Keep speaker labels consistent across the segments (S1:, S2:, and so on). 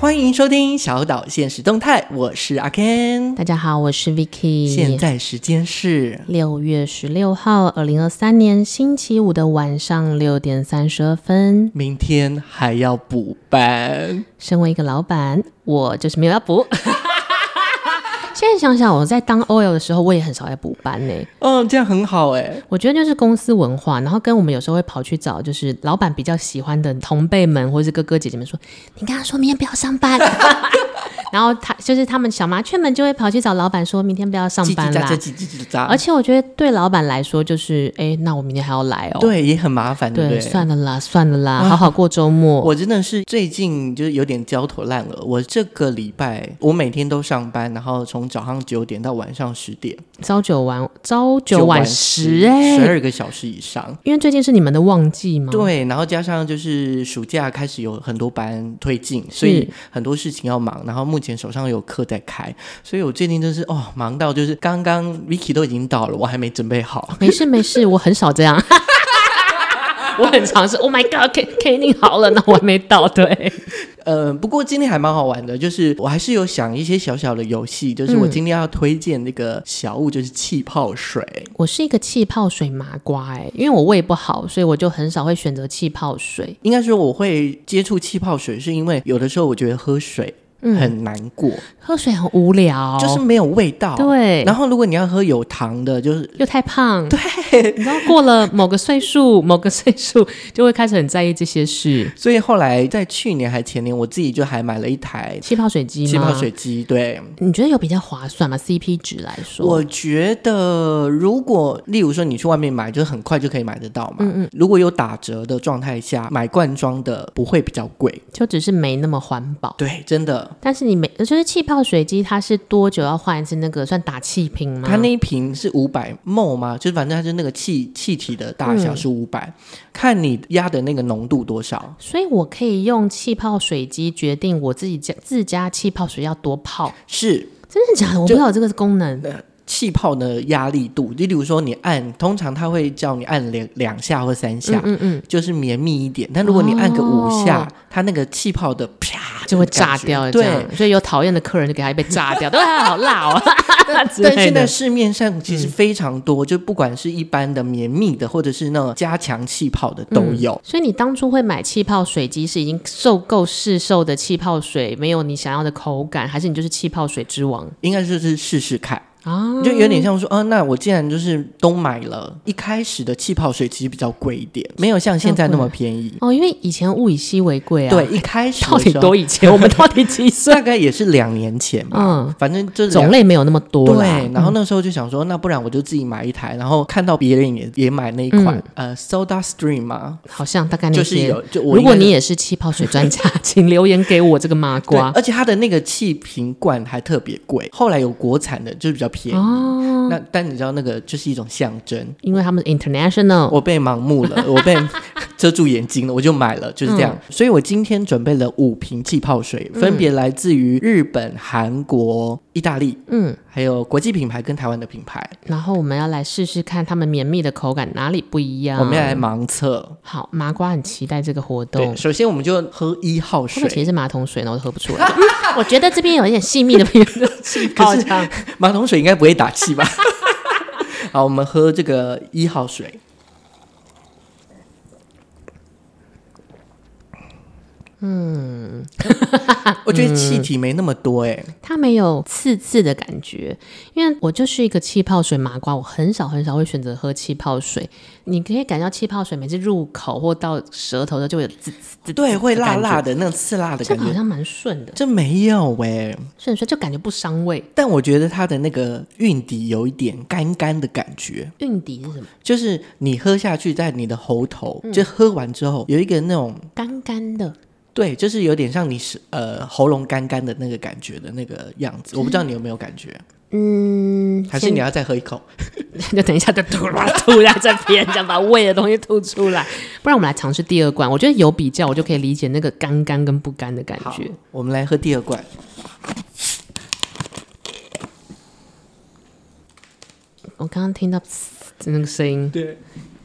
S1: 欢迎收听小岛现实动态，我是阿 Ken。
S2: 大家好，我是 Vicky。
S1: 现在时间是
S2: 六月十六号，二零二三年星期五的晚上六点三十二分。
S1: 明天还要补班，
S2: 身为一个老板，我就是没有要补。 现在想想，我在当 OL 的时候，我也很少在补班呢、
S1: 嗯，这样很好哎、
S2: 我觉得就是公司文化，然后跟我们有时候会跑去找，就是老板比较喜欢的同辈们或是哥哥姐姐们说，你跟他说明天不要上班。 然后他就是他们小麻雀们就会跑去找老板说，明天不要上
S1: 叽
S2: 班
S1: 叽喳
S2: 啦
S1: 喳，。叽叽喳喳，
S2: 而且我觉得对老板来说，就是哎，那我明天还要来哦。
S1: 对也很麻烦，对不
S2: 对，
S1: 对？
S2: 算了啦，算了啦，
S1: 啊
S2: 好好过周末。
S1: 我真的是最近就是有点焦头烂额。我这个礼拜我每天都上班，然后从早上九点到晚上十点，
S2: 朝九晚朝九晚十哎、
S1: 十二个小时以上。
S2: 因为最近是你们的旺季嘛。。
S1: 对，然后加上就是暑假开始有很多班推进，所以很多事情要忙。然后目前手上有课在开，所以我最近真是哦忙到就是刚刚 Vicky 都已经到了，我还没准备好。
S2: 没事没事，我很少 这样。我很尝试，Oh my God，K K 你好了，那我还没到，对，
S1: 呃，不过今天还蛮好玩的，就是我还是有想一些小小的游戏，就是我今天要推荐那个小物，就是气泡水。
S2: 我是一个气泡水麻瓜哎、因为我胃不好，所以我就很少会选择气泡水。
S1: 应该说我会接触气泡水，是因为有的时候我觉得喝水很难过，
S2: 喝水很无聊，
S1: 就是没有味道。。
S2: 哦对，
S1: 然后如果你要喝有糖的，就是
S2: 又太胖，对，你知道过了某个岁数，某个岁数就会开始很在意这些事。
S1: 所以后来在去年还前年，我自己就还买了一台
S2: 气泡水机吗？
S1: 气泡水机。对，
S2: 你觉得有比较划算吗？CP 值来说，
S1: 我觉得如果例如说你去外面买，就是很快就可以买得到嘛。
S2: 嗯
S1: 如果有打折的状态下，买罐装的不会比较贵。
S2: 就只是没那么环保。
S1: 对，真的，
S2: 但是你每就是气泡水机，它是多久要换一次那个算打气瓶吗？
S1: 它那一瓶是五百 ml 吗？就是反正它是那个气气体的大小
S2: 嗯
S1: 是五百、看你压的那个浓度多少。
S2: 所以我可以用气泡水机决定我自己家自家气泡水要多泡，
S1: 是
S2: 真的假的？我不知道有这个功能。
S1: 气泡的压力度，就例如说你按，通常它会叫你按两两下或三下，
S2: 嗯嗯，
S1: 就是绵密一点。但如果你按个五下，它那个气泡的啪
S2: 哦就会炸掉了。
S1: 对
S2: 这，样所以有讨厌的客人就给他一杯炸掉，对，好辣哦。 之
S1: 但
S2: 类
S1: 现在
S2: 的。
S1: 市面上其实
S2: 嗯
S1: 非常多，就不管是一般的绵密的，或者是那种加强气泡的都有。
S2: 所以你当初会买气泡水机，是已经受够市售的气泡水没有你想要的口感，还是你就是气泡水之王
S1: 应该就是试试看，
S2: 啊？
S1: 就有点像说，啊，那我既然就是都买了，一开始的气泡水其实比较贵一点，没有像现在那么便宜。
S2: 哦，因为以前物以稀为贵啊。
S1: 对，，一开始的
S2: 到底
S1: 时候
S2: 多以前？我们到底 几岁？
S1: 大概也是两年前吧，
S2: 嗯，
S1: 反正就是两
S2: 种类没有那么多啦
S1: 啊
S2: 嗯
S1: 对，然后那时候就想说，那不然我就自己买一台，然后看到别人也也买那一款，呃，Soda Stream 嘛，
S2: 好像大嗯概那些。
S1: 就是有就我
S2: 如果
S1: 应该
S2: 你也是气泡水专家， 请留言给我这个麻
S1: 对，
S2: 瓜
S1: 而且它的那个气瓶罐还特别贵，后来有国产的，就是比较便宜。
S2: 哦，
S1: 那但你知道那个就是一种象征，
S2: 因为他们 international
S1: 我被盲目 了，我被遮住眼睛了，我就买了，就是这样。
S2: 嗯
S1: 所以我今天准备了五瓶气泡水，分别来自于日本、韩国、意大利，嗯，还有国际品牌跟台湾的品牌，
S2: 然后我们要来试试看它们绵密的口感哪里不一样。
S1: 我们要来盲测。
S2: 好，麻瓜很期待这个活动
S1: 对，。首先我们就喝一号
S2: 这个
S1: 水
S2: 其，实是马桶水呢，我都喝不出来。 嗯我觉得这边有一点细密的皮 的气泡
S1: 可是
S2: 腔，
S1: 马桶水应该不会打气吧？ 好，我们喝这个一号水。嗯，我觉得气体没那么多哎、
S2: 它没有刺刺的感觉。因为我就是一个气泡水麻瓜，我很少很少会选择喝气泡水。你可以感到气泡水每次入口或到舌头的时候就会有滋滋滋，
S1: 对，会
S2: 的
S1: 辣
S2: 感觉
S1: 辣的那种刺辣的
S2: 这
S1: 感
S2: 个好
S1: 觉，
S2: 像蛮顺的，
S1: 这没有哎、
S2: 顺顺就感觉不伤胃。
S1: 但我觉得它的那个韵底有一点干干的感觉，
S2: 韵底是什么？
S1: 就是你喝下去，在你的喉头，
S2: 嗯
S1: 就喝完之后有一个那种
S2: 干干的，
S1: 对，就是有点像你是呃喉咙干干的那个感觉的那个样子，我不知道你有没有感觉，
S2: 嗯，
S1: 还是你要再喝一口？
S2: 就等一下就吐啦吐在这边，想把胃的东西吐出来。不然我们来尝试第二罐，我觉得有比较，我就可以理解那个干干跟不干的感
S1: 好
S2: 觉。，
S1: 我们来喝第二罐。
S2: 我刚刚听到嘶的那个声音，
S1: 对，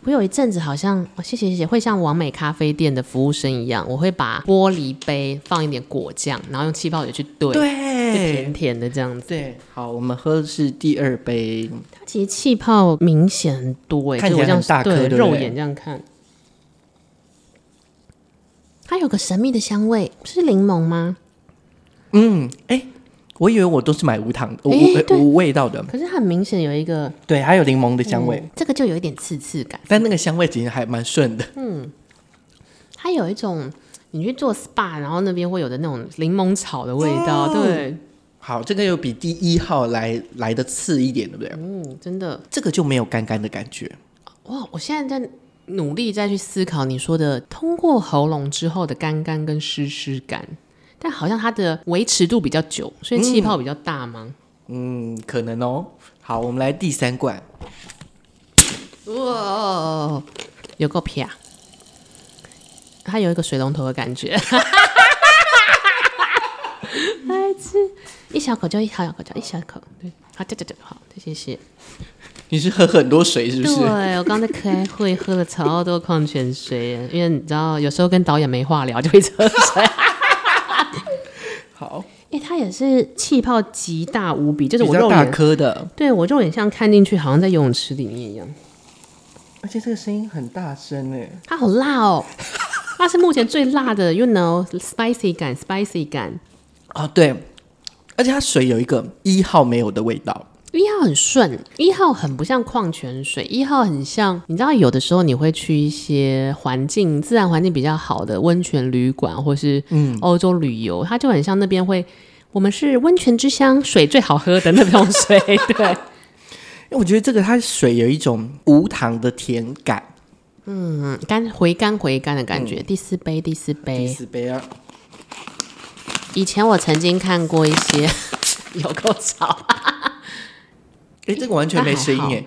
S2: 我有一阵子好像，哦谢谢谢谢，会像完美咖啡店的服务生一样，我会把玻璃杯放一点果酱，然后用气泡水去兑，就甜
S1: 对
S2: 甜的这样子。
S1: 对，好，我们喝的是第二杯，
S2: 它其实气泡明显很多哎、
S1: 看
S2: 就
S1: 起
S2: 我
S1: 来
S2: 这样
S1: 很大颗对不对
S2: 肉眼这样看，它有个神秘的香味，是柠檬吗？
S1: 嗯，哎，我以为我都是买无糖、无
S2: 哎对
S1: 无无味道的，
S2: 可是很明显有一个
S1: 对，还有柠檬的香味，
S2: 嗯这个就有一点刺刺感。
S1: 但那个香味其实还蛮顺的，
S2: 它有一种你去做 SPA，然后那边会有的那种柠檬草的味道，
S1: 嗯
S2: 对，
S1: 好，这个又比第一号来来的次一点，对不对？
S2: 嗯，真的，
S1: 这个就没有干干的感觉，
S2: 哇！我现在在努力再去思考你说的通过喉咙之后的干干跟湿湿感，但好像它的维持度比较久，所以气泡比较大吗？
S1: 嗯，可能哦。好，我们来第三罐，
S2: 哇，有够撇、啊！它有一个水龙头的感觉，来吃一小口就一小口就一小口，对，好，对对对，好，谢谢。
S1: 你是喝很多水是不是？
S2: 对，我刚在开会喝了超多矿泉水耶，因为你知道有时候跟导演没话聊，就会喝水。
S1: 好，
S2: 哎、它也是气泡极大无比，就是
S1: 比
S2: 我
S1: 较
S2: 肉
S1: 大
S2: 眼，
S1: 颗的，
S2: 对我肉眼像看进去，好像在游泳池里面一样。
S1: 而且这个声音很大声哎。
S2: 它好辣哦，它是目前最辣的，you know spicy 感，spicy 感。
S1: 哦，对，而且它水有一个一号没有的味道，
S2: 一号很顺，一号很不像矿泉水，一号很像，你知道有的时候你会去一些环境自然环境比较好的温泉旅馆或是
S1: 嗯
S2: 欧洲旅游，它就很像那边会，我们是温泉之乡，水最好喝的那种水， 对，
S1: 因为我觉得这个它水有一种无糖的甜感。
S2: 嗯，干回甘回甘的感觉。第四杯，第
S1: 嗯
S2: 四
S1: 第
S2: 杯，
S1: 四杯啊，
S2: 以前我曾经看过一些 有够吵。
S1: 哎，这个完全没声音哎。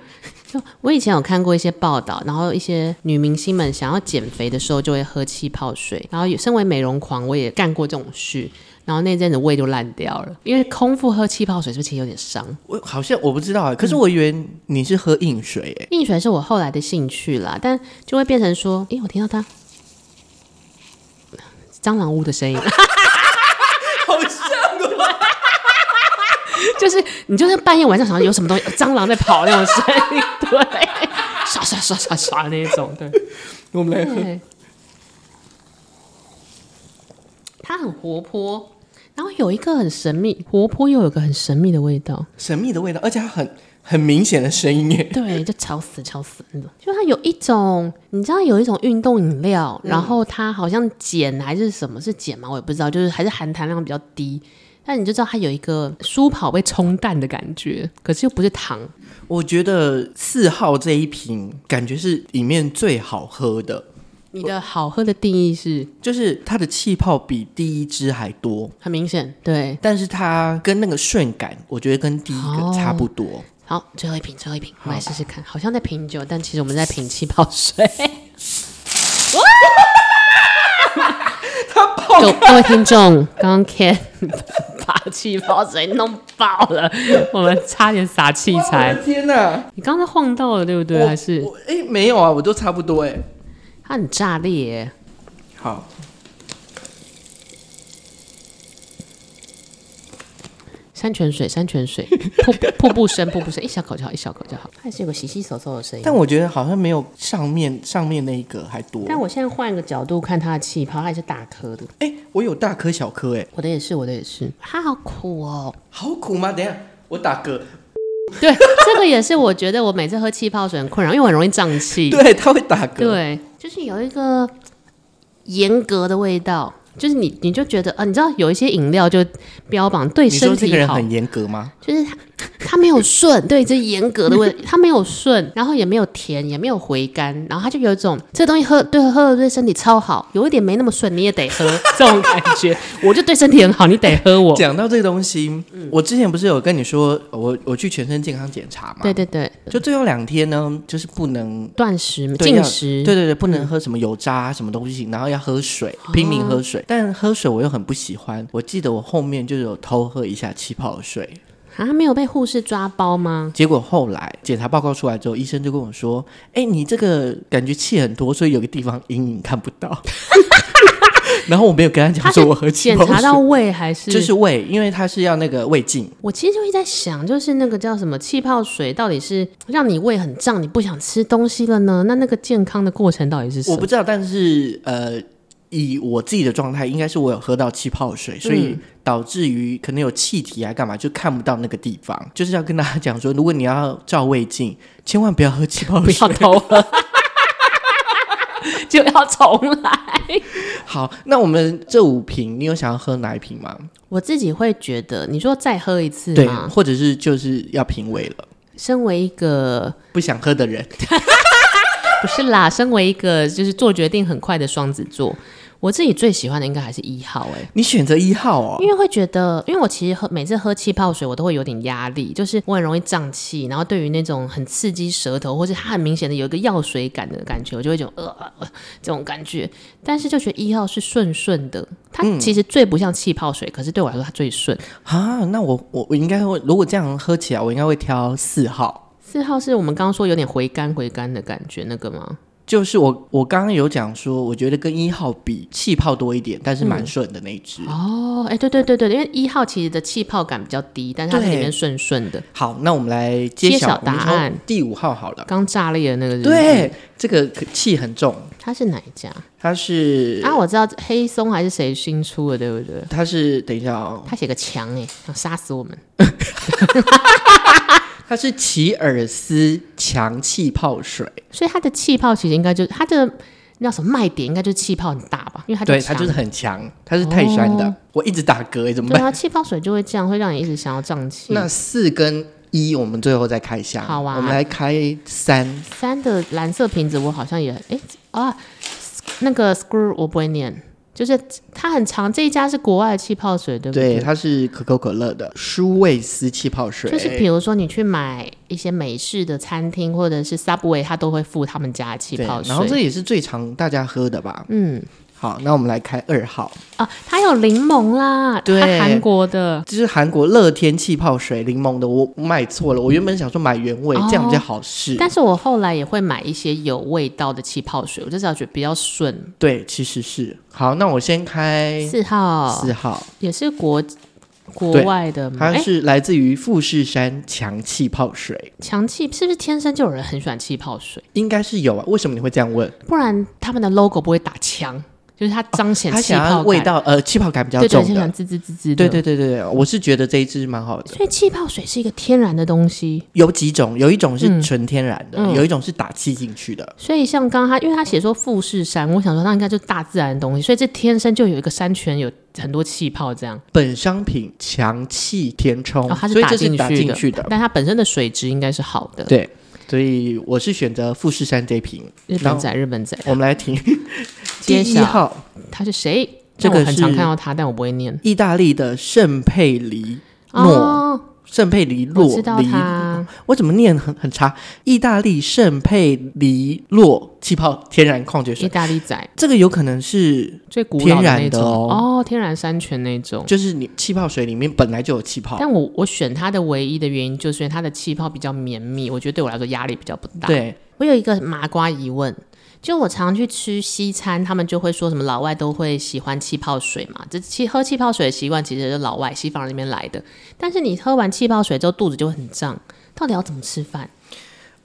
S2: 就我以前有看过一些报道，然后一些女明星们想要减肥的时候就会喝气泡水，然后有身为美容狂，我也干过这种事，然后那阵子胃就烂掉了，因为空腹喝气泡水是不是其实有点伤？
S1: 我好像我不知道哎，
S2: 嗯
S1: 可是我以为你是喝硬水哎。
S2: 硬水是我后来的兴趣啦，但就会变成说，哎诶，我听到它蟑螂屋的声音，
S1: 好像哦，
S2: 就是你就是半夜晚上想到有什么东西蟑螂在跑那种声音，对，刷刷刷刷刷那种，对。
S1: 我们来喝
S2: 对， 它很活泼，然后有一个很神秘，活泼又有一个很神秘的味道。
S1: 神秘的味道，而且它很很明显的声音欸耶。
S2: 对，就吵死吵死那种。就它有一种，你知道有一种运动饮料，然后它好像碱还是什么是碱吗？我也不知道，就是还是含糖量比较低。但你就知道它有一个舒跑被冲淡的感觉，可是又不是糖，
S1: 我觉得四号这一瓶感觉是里面最好喝的，
S2: 你的好喝的定义是
S1: 就是它的气泡比第一支还多，
S2: 很明显。对，
S1: 但是它跟那个顺感，我觉得跟第一个
S2: 哦
S1: 差不多。
S2: 好，最后一瓶，最后一瓶，我们来试试看。好像在品酒，但其实我们在品气泡 水。
S1: 它泡
S2: 各各位听众，刚刚 Ken 把气泡水弄爆 了，我们差点洒器
S1: 我
S2: 材
S1: 的。天哪！
S2: 你刚刚晃到了，对不对？
S1: 我
S2: 还是
S1: 我哎没有啊，我都差不多哎。
S2: 它很炸裂耶？
S1: 好，
S2: 山泉水，山泉水，瀑布瀑布声，瀑布声，一小口就好，一小口就好。它还是有个洗洗手手的声音
S1: 但。我觉得好像没有上面上面那一个还多。
S2: 但我现在换个角度看它的气泡，它也是打颗的。
S1: 哎，我有大颗小颗哎，
S2: 我的也是，我的也是。它好苦哦。
S1: 好苦吗？等一下我打嗝，
S2: 对，这个也是我觉得我每次喝气泡水很困扰，因为我很容易胀 气。
S1: 对，它会打嗝。
S2: 对，就是有一个严格的味道，就是你你就觉得，呃，你知道有一些饮料就标榜对
S1: 你说
S2: 身
S1: 这
S2: 体
S1: 个人
S2: 好，
S1: 很严格吗？
S2: 就是它它没有顺，对，这严 格的味，它没有顺，然后也没有甜，也没有回甘，然后它就有一种这东西喝对喝了对身体超好，有一点没那么顺，你也 得喝这种感觉，我就对身体很好，你得喝我。
S1: 讲到这个东西，我之前不是有跟你说，我我去全身健康检查嘛？
S2: 对对对，
S1: 就最后两天呢，就是不能
S2: 断食、
S1: 对要
S2: 进食，
S1: 对对对，不
S2: 嗯
S1: 能喝什么油渣、啊、什么东西，然后要喝水，
S2: 哦
S1: 拼命喝水。但喝水我又很不喜欢，我记得我后面就有偷喝一下气泡水，
S2: 啊，没有被护士抓包吗？
S1: 结果后来检查报告出来之后，医生就跟我说：“哎、你这个感觉气很多，所以有个地方隐隐看不 到。” 然后我没有跟他
S2: 他
S1: 讲
S2: 是
S1: 说我喝气
S2: 检
S1: 泡
S2: 查到
S1: 水
S2: 胃还是？
S1: 就是胃，因为他是要那个胃镜。
S2: 我其实就一直在想，就是那个叫什么气泡水，到底是让你胃很胀，你不想吃东西了呢？那那个健康的过程到底是什
S1: 我
S2: 么
S1: 不？知道，但是呃，以我自己的状态，应该是我有喝到气泡水，所
S2: 嗯
S1: 以导致于可能有气体啊，干嘛就看不到那个地方。就是要跟大家讲说，如果你要照胃镜，千万不要喝气泡
S2: 不要
S1: 水。
S2: 偷了， 就要重来。
S1: 好，那我们这五瓶，你有想要喝哪一瓶吗？
S2: 我自己会觉得，你说再喝一次
S1: 对，
S2: 吗？
S1: 或者是就是要品味了，
S2: 身为一个
S1: 不想喝的人，
S2: 不是啦，身为一个就是做决定很快的双子座，我自己最喜欢的应该还是一号哎、
S1: 你选择一号哦。
S2: 因为会觉得，因为我其实喝每次喝气泡水，我都会有点压力，就是我很容易胀气，然后对于那种很刺激舌头，或是它很明显的有一个药水感的感觉，我就会觉得呃呃这种感觉。但是就觉得一号是顺顺的，它其实最不像气泡水，可是对我来说它最顺。
S1: 啊，那我我我应该会，如果这样喝起来，我应该会挑四号。
S2: 四号是我们刚刚说有点回甘回甘的感觉，那个吗？
S1: 就是我我刚刚有讲说，我觉得跟一号比气泡多一点，但是蛮顺的那一支。
S2: 嗯哦，哎、对对对对，因为一号其实的气泡感比较低，但是它在里
S1: 对
S2: 面顺顺的，
S1: 好，那我们来揭
S2: 揭晓
S1: 我们
S2: 答
S1: 从
S2: 案嗯
S1: 第五号好了，
S2: 刚炸裂的那个是不是，
S1: 对，这个可气很重，
S2: 它是哪一家？
S1: 它是、
S2: 啊，我知道黑松还是谁新出的，对不对？
S1: 它是等一下哦，
S2: 他写个墙哎、想杀死我们。
S1: 它是奇尔斯强气泡水，
S2: 所以它的气泡其实应该就它的那叫什么卖点，应该就是气泡很大吧，因为它
S1: 对，它
S2: 它
S1: 就是很强，它是泰山的，我一直打嗝，哎怎么
S2: 对
S1: 办？
S2: 啊，气泡水就会这样，会让你一直想要胀气。
S1: 那四跟一我们最后再开箱，
S2: 好啊
S1: 我们来开三，
S2: 三的蓝色瓶子我好像也哎、啊，那个 screw 我不会念，就是它很长，这一家是国外的气泡水，对不
S1: 对，？它是可口可乐的舒味斯气泡水，
S2: 就是比如说你去买一些美式的餐厅或者是 Subway，它都会附他们家的气
S1: 对
S2: 泡水。
S1: 然后这也是最常大家喝的吧？
S2: 嗯
S1: 好，那我们来开二号，
S2: 啊，它有柠檬啦，
S1: 对
S2: 它韩国的，
S1: 这是韩国乐天气泡水柠檬的，我买错了，我原本想说买原味，
S2: 哦
S1: 这样比较好试。
S2: 但是我后来也会买一些有味道的气泡水，我就是要觉得比较顺。
S1: 对，其实是好，那我先开
S2: 四号
S1: 四号，
S2: 也是国国
S1: 哎对
S2: 外的吗？
S1: 它
S2: 哎，
S1: 是来自于富士山强气泡水，
S2: 强气是不是天生就有人很喜欢气泡水？
S1: 应该是有啊？为什么你会这样问？
S2: 不然他们的 logo 不会打枪，就是它彰显
S1: 哦它
S2: 气
S1: 想
S2: 泡
S1: 要
S2: 感
S1: 味，道，呃，气泡感比较
S2: 对对，
S1: 重
S2: 就
S1: 的
S2: 想。滋滋滋滋的。
S1: 对对对对对，我是觉得这一支蛮好的。
S2: 所以气泡水是一个天然的东西，
S1: 有几种，有一种是
S2: 嗯
S1: 纯天然的，
S2: 嗯
S1: 有一种是打气进去的。
S2: 所以像刚刚他，因为他写说富士山，我想说那应该就大自然的东西，所以这天生就有一个山泉，有很多气泡这样。
S1: 本商品强气填充，
S2: 哦它是
S1: 所以
S2: 打
S1: 这是
S2: 进
S1: 打
S2: 去
S1: 进
S2: 的
S1: 去的。
S2: 但它本身的水质应该是好的。
S1: 对，所以我是选择富士山这一 瓶。
S2: 日
S1: 然
S2: 本
S1: 后
S2: 仔，日本仔，
S1: 我们来听第
S2: 揭
S1: 一
S2: 晓
S1: 号，
S2: 他是谁？
S1: 这个
S2: 但我很常
S1: 是
S2: 看到他，但我不会念。
S1: 意大利的圣佩里诺，
S2: 哦，
S1: 圣佩里
S2: 我
S1: 洛
S2: 知道
S1: 梨，
S2: 他，
S1: 我怎么念很很差？意大利圣佩里洛气泡天然矿泉
S2: 意
S1: 水，
S2: 大利仔
S1: 这个有可能是
S2: 最古老
S1: 天然
S2: 那
S1: 的
S2: 种
S1: 哦
S2: 哦，天然山泉那种。
S1: 就是你气泡水里面本来就有气泡，
S2: 但我我选它的唯一的原因，就是因为它的气泡比较绵密，我觉得对我来说压力比较不大。，
S1: 对，
S2: 我有一个麻瓜疑问，就我常去吃西餐，他们就会说什么老外都会喜欢气泡水嘛，这气喝气泡水的习惯其实是老外西方人那边来的。但是你喝完气泡水之后肚子就会很胀，到底要怎么吃饭？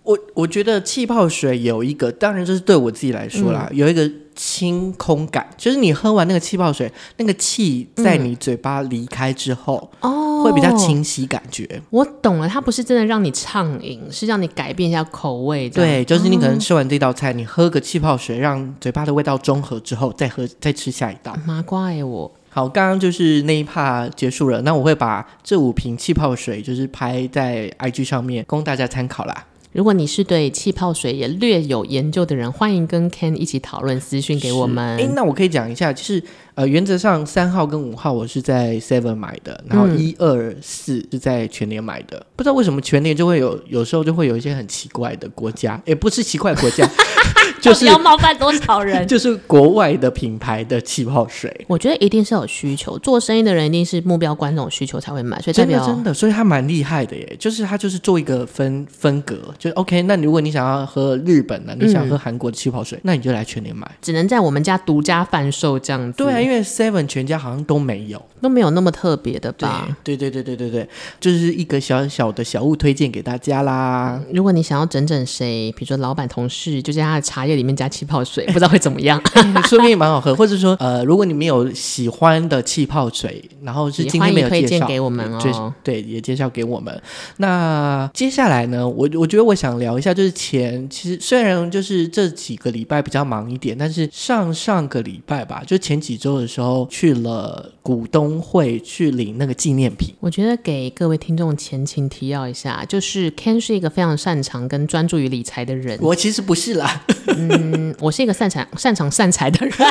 S1: 我我觉得气泡水有一个，当然就是对我自己来说
S2: 嗯
S1: 啦，有一个清空感，就是你喝完那个气泡水，那个气在你嘴巴离开之后，
S2: 哦
S1: 会比较清晰感觉。
S2: 我懂了，它不是真的让你畅饮，是让你改变一下口味。这样，
S1: 对，就是你可
S2: 嗯
S1: 能吃完这道菜，你喝个气泡水，让嘴巴的味道中和之后，再喝再吃下一道。
S2: 麻瓜哎、我
S1: 好，刚刚就是那一趴结束了，那我会把这五瓶气泡水就是拍在 IG 上面供大家参考啦。
S2: 如果你是对气泡水也略有研究的人，欢迎跟 Ken 一起讨论私讯给我们。
S1: 哎，那我可以讲一下，就是呃，原则上三号跟五号我是在 Seven 买的，然后
S2: 嗯
S1: 一二四是在全联买的。不知 道为什么全联就会有，有时候就会有一些很奇怪的国家，也不是奇怪的国家， 就是
S2: 要 冒犯多少 人？
S1: 就是国外的品牌的气泡水，
S2: 我觉得一定是有需求，做生意的人一定是目标观众有需求才会买，所以代
S1: 真的
S2: 表
S1: 真的，所以它蛮厉害的耶。就是它就是做一个分分隔，就是 OK。那如果你想要喝日本的，你想
S2: 嗯
S1: 喝韩国的气泡水，那你就来全年买。
S2: 只能在我们家独家贩售这样子，
S1: 对啊，因为 Seven 全家好像都没有。
S2: 都没有那么特别的吧。
S1: 对对对对对对，就是一个小小的小物推荐给大家啦。
S2: 如果你想要整整谁，比如说老板、同事，就在他的茶叶里面加气泡水，不知道会怎么 样。
S1: 说不定蛮好喝，或者说，呃，如果你们有喜欢的气泡水，然后是
S2: 也
S1: 今天
S2: 欢
S1: 没
S2: 迎
S1: 有
S2: 推
S1: 介
S2: 荐
S1: 绍
S2: 给我们
S1: 对
S2: 哦
S1: 对，也介绍给我们。那接下来呢，我我觉得我想聊一下，就是前其实虽然就是这几个礼拜比较忙一点，但是上上个礼拜吧，就前几周的时候去了股东会去领那个纪念 品。
S2: 我觉得给各位听众前情提要一下，就是 Ken 是一个非常擅长跟专注于理财的人，
S1: 我其实不是啦，
S2: 嗯，我是一个擅长擅长散财的人。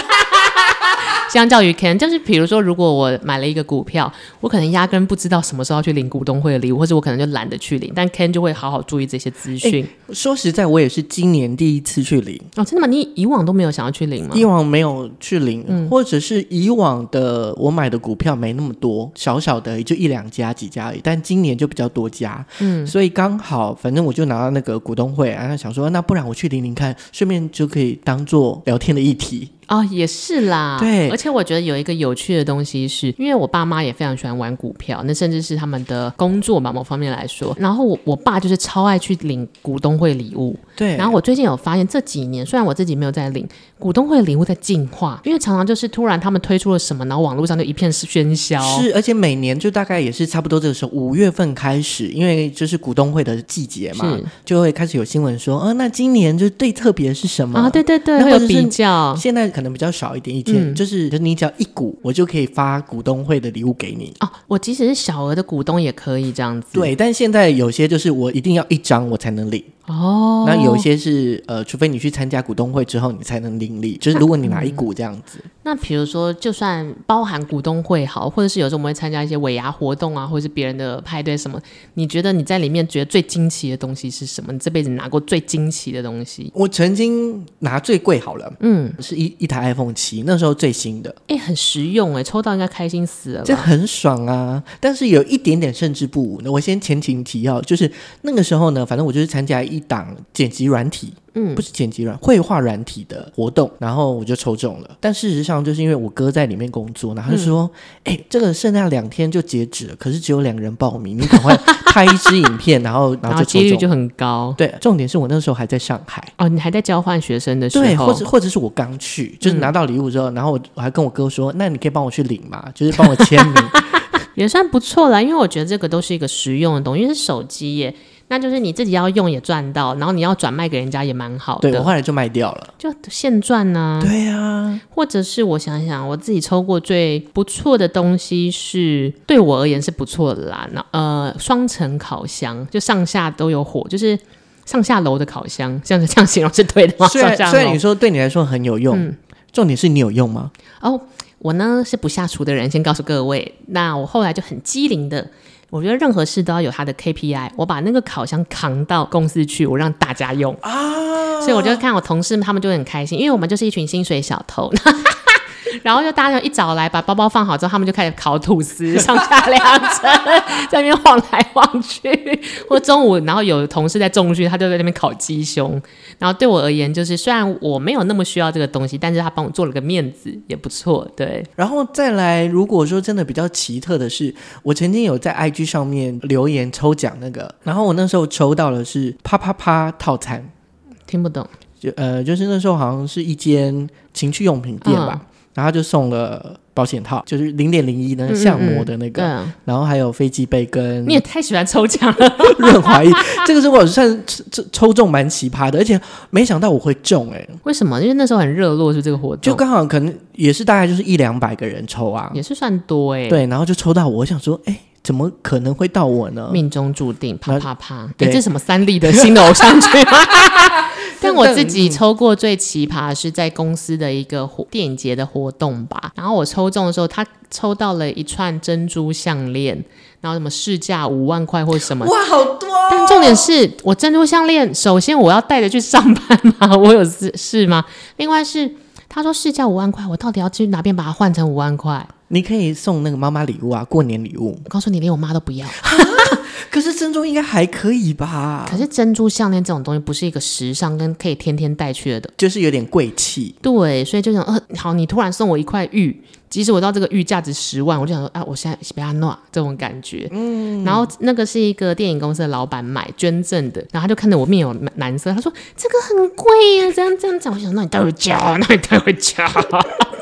S2: 相较于 Ken，就是比如说，如果我买了一个股票，我可能压根不知道什么时候要去领股东会的礼物，或者我可能就懒得去领，但 Ken 就会好好注意这些资讯。
S1: 说实在，我也是今年第一次去领。
S2: 哦，真的吗？你以往都没有想要去领吗？
S1: 以往没有去领，或者是以往的我买的股票没那么多，少少的也就一两家几家而已，但今年就比较多家，嗯，所以刚好反正我就拿到那个股东会，然后想说那不然我去领领看，顺便就可以当做聊天的议题，
S2: 哦，也是啦。
S1: 对
S2: 而且我觉得有一个有趣的东西是，因为我爸妈也非常喜欢玩股票，那甚至是他们的工作嘛，某方面来说。然后我我爸就是超爱去领股东会礼物。
S1: 对，
S2: 然后我最近有发现，这几年虽然我自己没有在领股东会礼物在进化，因为常常就是突然他们推出了什么，然后网络上就一片喧嚣。
S1: 是，而且每年就大概也是差不多这个时候，五月份开始，因为就是股东会的季节嘛
S2: 是，
S1: 就会开始有新闻说，啊，那今年就最特别是什么
S2: 啊，对对对，
S1: 嗯那
S2: 会
S1: 或
S2: 有
S1: 者是
S2: 比较。
S1: 现在可能比较少一点，以前、就是就是你只要一股，我就可以发股东会的礼物给你。
S2: 哦，我即使是小额的股东也可以这样子。，
S1: 对，但现在有些就是我一定要一张我才能领，
S2: 哦，
S1: 那有一些是呃，除非你去参加股东会之后你才能领利，就是如果你拿一股这样子，
S2: 那比如说，就算包含股东会好，或者是有时候我们会参加一些尾牙活动啊，或者是别人的派对什么，你觉得你在里面觉得最惊奇的东西是什么？你这辈子拿过最惊奇的东西？
S1: 我曾经拿最贵好了，
S2: 嗯，
S1: 是一一台 iPhone 七，那时候最新的，
S2: 哎、很实用哎、抽到应该开心死了
S1: 这
S2: 吧？
S1: 很爽啊！但是有一点点胜之不武呢。我先前情提要，就是那个时候呢，反正我就是参加一档剪辑软体，嗯，不是剪辑软，绘画软体的活动，然后我就抽中了。但事实上，就是因为我哥在里面工作，然后他就说：“
S2: 嗯
S1: 哎、这个剩下两天就截止了，可是只有两人报名，你赶快拍一支影片，然 后然
S2: 然
S1: 后
S2: 后
S1: 就
S2: 几
S1: 抽
S2: 率
S1: 中。
S2: 就很高
S1: 对，重点是我那时候还在上海。
S2: 哦。你还在交换学生的时候，嗯
S1: 对，或者或者是我刚去，就是拿到礼物之后，然后我我还跟我哥说，那你可以帮我去领嘛，就是帮我签 名。
S2: 也算不错啦，因为我觉得这个都是一个实用的东西，因为是手机耶，那就是你自己要用也赚到，然后你要转卖给人家也蛮好
S1: 对我
S2: 的，嗯
S1: 后来就卖掉了。
S2: 就现赚呐、
S1: 对啊，
S2: 或者是我想想，我自己抽过最不错的东西是对我而言是不错的啦。那呃，双层烤箱就上下都有火，就是上下楼的烤箱，这样这样形容是对的吗？
S1: 虽然
S2: 上下
S1: 虽然
S2: 楼
S1: 你说对你来说很有用，
S2: 嗯
S1: 重点是你有用吗？
S2: 哦，我呢是不下厨的人，先告诉各位。那我后来就很机灵的。我觉得任何事都要有它的 KPI，我把那个烤箱扛到公司去，我让大家用啊，所以我就看我同事们他们就很开心，因为我们就是一群薪水小偷， 然后就大家就一早来把包包放好之后，他们就开始烤吐司，上下两层在那边晃来晃去，或中午然后有同事在重训，他就在那边烤鸡胸，然后对我而言，就是虽然我没有那么需要这个东西，但是他帮我做了个面子，也不错。对，
S1: 然后再来，如果说真的比较奇特的是，我曾经有在 IG 上面留言抽奖那个，然后我那时候抽到的是啪啪啪套餐，
S2: 听不懂
S1: 就呃就是那时候好像是一间情趣用品店吧，
S2: 嗯
S1: 然后他就送了保险套，就是零点零一的相模的那个，
S2: 对啊，
S1: 然后还有飞机杯跟
S2: 你也太喜欢抽奖了，
S1: 润滑液，这个是我算抽抽抽中蛮奇葩的，而且没想到我会中哎、
S2: 为什么？因为那时候很热络，就这个活动，
S1: 就刚好可能也是大概就是一两百个人抽啊，
S2: 也是算多哎、，
S1: 对，然后就抽到我，我想说，哎，怎么可能会到我呢？
S2: 命中注定，啪
S1: 嗯那
S2: 啪啪！哎、
S1: 对
S2: 这是什么三立的新的偶像剧？ 但我自己抽过最奇葩是在公司的一个活电影节的活动吧，然后我抽中的时候，他抽到了一串珍珠项链，然后什么市价五万块或什么。
S1: 哇，好多哦、
S2: 但重点是我珍珠项链，首先我要带着去上班吗？我有事事吗？另外是他说市价五万块，我到底要去哪边把它换成五万块？
S1: 你可以送那个妈妈礼物啊，过年礼物。
S2: 我告诉你，连我妈都不要。
S1: 可是珍珠应该还可以吧？
S2: 可是珍珠项链这种东西不是一个时尚跟可以天天带去的，
S1: 就是有点贵气。
S2: 对，所以就想，呃，好，你突然送我一块玉，即使我知道这个玉价值十万，我就想说，啊，我现在被他弄这种感觉。嗯，然后那个是一个电影公司的老板买捐赠的，然后他就看着我面有难色，他说这个很贵呀、这样这样讲，我想，那你待会交， 那你待会交。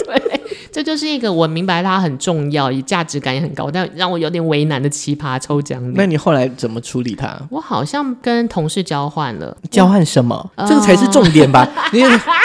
S2: 对，这就是一个我明白它很重要，也价值感也很高，但让我有点为难的奇葩抽奖礼。
S1: 那你后来怎么处理它？
S2: 我好像跟同事交换了，
S1: 交换什么？这个才是重点吧？ 你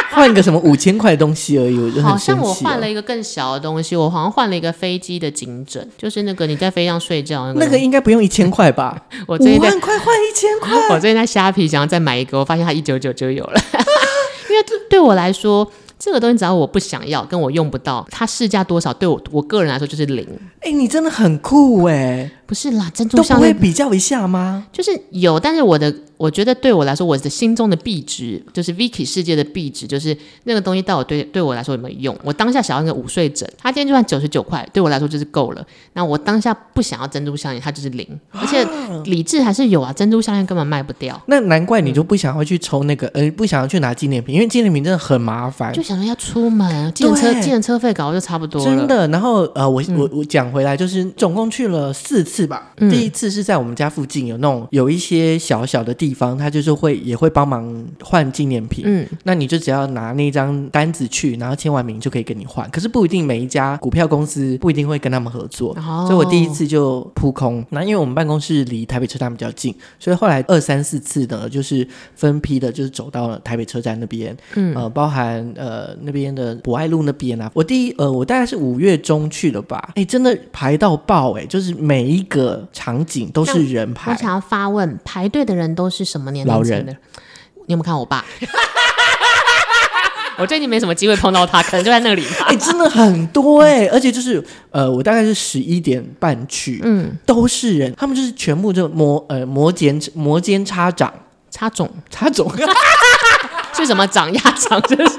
S1: 换个什么五千块的东西而已，我就
S2: 哦好
S1: 很生
S2: 像我
S1: 气、
S2: 换
S1: 哦。
S2: 了一个更小的东西，我好像换了一个飞机的颈枕，就是那个你在飞机上睡觉那个。
S1: 那个应该不用一千块吧？
S2: 我最
S1: 五
S2: 近在
S1: 万块换一千块，
S2: 我最近在虾皮想要再买一个，我发现它一九九就有了， 因为对我来说。这个东西只要我不想要，跟我用不到，它市价多少对我我个人来说就是零。
S1: 哎、你真的很酷哎、
S2: 不是啦，珍珠
S1: 都不
S2: 项
S1: 会
S2: 链
S1: 比较一下吗？
S2: 就是有，但是我的我觉得对我来说，我的心中的币值就是 Vicky 世界的币值，就是那个东西到底对对我来说有没有用？我当下想要一个午睡枕，它今天就算九十九块，对我来说就是够了。那我当下不想要珍珠项链，它就是零，
S1: 啊
S2: 而且理智还是有啊，珍珠项链根本卖不掉。
S1: 那难怪你就不想要去抽那个，呃，不想要去拿纪念品，因为纪念品真的很麻烦
S2: 嗯就。想着要出门，计程车
S1: 对
S2: 计程车费搞得就差不多了。
S1: 真的，然后呃，我、我我讲回来，就是总共去了四次吧。
S2: 嗯
S1: 第一次是在我们家附近有那种有一些小小的地方，他就是会也会帮忙换纪念品。
S2: 嗯，
S1: 那你就只要拿那张单子去，然后签完名就可以跟你换。可是不一定每一家股票公司不一定会跟他们合作，
S2: 哦
S1: 所以我第一次就扑空。那因为我们办公室离台北车站比较近，所以后来二三四次呢，就是分批的，就是走到了台北车站那边，嗯，呃，包含呃那边的博爱路那边啊。我第一呃，我大概是五月中去的吧，哎，真的排到爆哎、就是每一个场景都是人
S2: 我
S1: 排。
S2: 想要发问，排队的人都是什么年
S1: 老
S2: 龄
S1: 人
S2: 层的？你有没有看我爸？ 我最近没什么机会碰到他，可能就在那个里吧。
S1: 哎、真的很多哎、而且就是呃，我大概是十一点半去，
S2: 嗯，
S1: 都是人，他们就是全部就摩呃摩肩摩肩擦掌
S2: 插种
S1: 擦种，
S2: 是什么长压长，就是，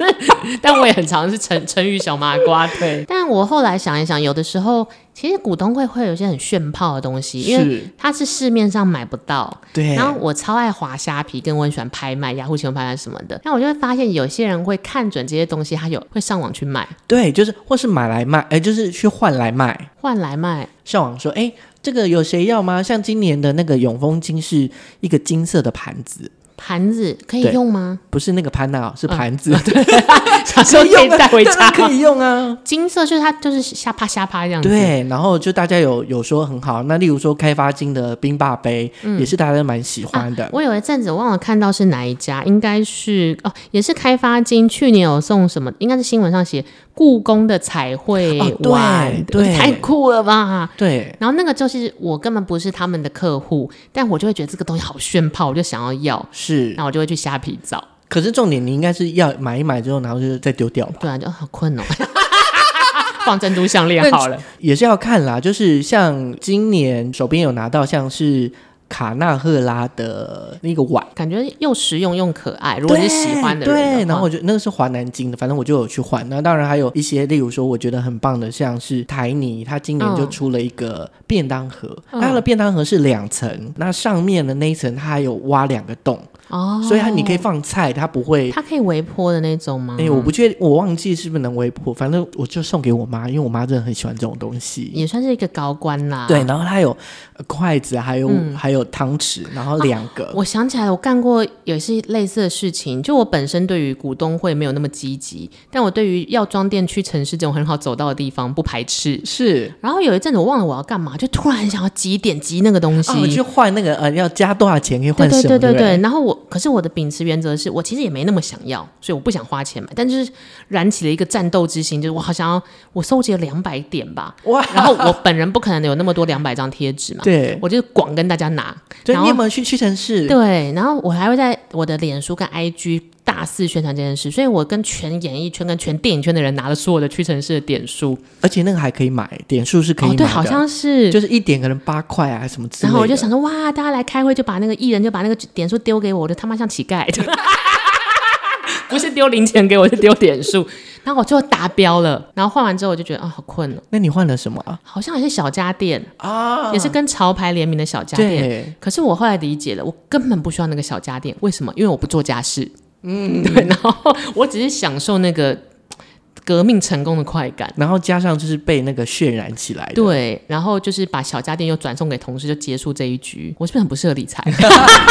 S2: 但我也很常是成成语小麻瓜。
S1: 对，
S2: 但我后来想一想，有的时候其实股东会会有一些很炫炮的东西， 因为
S1: 是，
S2: 它是市面上买不到。
S1: 对，
S2: 然后我超爱滑虾皮，跟我很喜欢拍卖、雅虎奇摩拍卖什么的。那我就会发现，有些人会看准这些东西，他有会上网去买，
S1: 对，就是或是买来卖，哎、就是去换来卖。
S2: 换来卖。
S1: 上网说，哎、这个有谁要吗？像今年的那个永丰金是一个金色的盘子，
S2: 盘子可以
S1: 对
S2: 用吗？
S1: 不是那个潘娜哦，是
S2: 嗯
S1: 盘 子，
S2: 小
S1: 可以
S2: 时候 可以
S1: 用啊
S2: 带回
S1: 当然
S2: 家。嗯
S1: 可以用啊。
S2: 金色就是它就是瞎啪瞎啪这样子。，
S1: 对，然后就大家有有说很好，那例如说开发金的冰霸杯、
S2: 嗯
S1: 也是大家都蛮喜欢的，
S2: 我有一阵子我忘了看到是哪一家，应该是哦，也是开发金，去年有送什么，应该是新闻上写故宫的彩绘
S1: 哦对
S2: 碗，
S1: 对
S2: 太酷了吧！
S1: 对，
S2: 然后那个就是我根本不是他们的客户，但我就会觉得这个东西好炫炮，我就想要要，
S1: 是。
S2: 那我就会去虾皮找，
S1: 可是重点，你应该是要买一买之后，然后就再丢掉吧。
S2: 对啊，就啊好困哦， 放珍珠项链 好了，
S1: 也是要看啦，就是像今年手边有拿到像是卡纳赫拉的那个碗，
S2: 感觉又实用又可爱。如果你是喜欢的人的
S1: 对，对
S2: 话
S1: 然后我就那个是华南金的，反正我就有去换。那当然还有一些，例如说我觉得很棒的，像是台泥，它今年就
S2: 嗯
S1: 出了一个便当盒，
S2: 嗯
S1: 它的便当盒是两层，那上面的那一层它还有挖两个洞，
S2: 哦，
S1: 所以它你可以放菜，它不会。
S2: 它可以微波的那种吗？
S1: 哎、我不确定，我忘记是不是能微波，反正我就送给我妈，因为我妈真的很喜欢这种东西。
S2: 也算是一个高官啦。
S1: 对，，然后它有呃筷子，还有、
S2: 嗯
S1: 还有汤匙，然后两个。
S2: 我想起来了，我干过也是类似的事情。就我本身对于股东会没有那么积极，但我对于药妆店、去城市这种很好走到的地方不排斥。
S1: 是
S2: 然后有一阵子我忘了我要干嘛，就突然很想要几点击那个东西。
S1: 啊，我去换那个呃，要加多少钱可以
S2: 对
S1: 换
S2: 对
S1: 什么？
S2: 对对
S1: 不
S2: 对，然后我可是我的秉持原则是我其实也没那么想要，所以我不想花钱买，但就是燃起了一个战斗之心，就是我好想要，我收集了两百点吧，
S1: 哇，
S2: 然后我本人不可能有那么多两百张贴纸嘛，
S1: 对，
S2: 我就广跟大家拿，
S1: 对
S2: 然
S1: 你
S2: 后
S1: 有没有去屈臣氏？
S2: 对，然后我还会在我的脸书跟 IG 大肆宣传这件事，所以我跟全演艺圈、跟全电影圈的人拿了所有的屈臣氏的点数，
S1: 而且那个还可以买，点数是可以
S2: 哦，
S1: 买的，
S2: 对，好像是
S1: 就。是一点可能八块啊什么之类的。
S2: 然后我就想说，哇，大家来开会就把那个艺人就把那个点数丢给我，我就他妈像乞丐， 不是丢零钱给我，是丢点数。然后我最后达标了，然后换完之后我就觉得啊、好困哦，
S1: 那你换了什么啊？
S2: 好像也是小家电啊，也是跟潮牌联名的小家电。
S1: 对，
S2: 可是我后来理解了，我根本不需要那个小家电，为什么？因为我不做家事。嗯，对，然后我只是享受那个革命成功的快感。
S1: 然后加上就是被那个渲染起来的。
S2: 对，然后就是把小家电又转送给同事，就结束这一局。我是不是很不适合理财？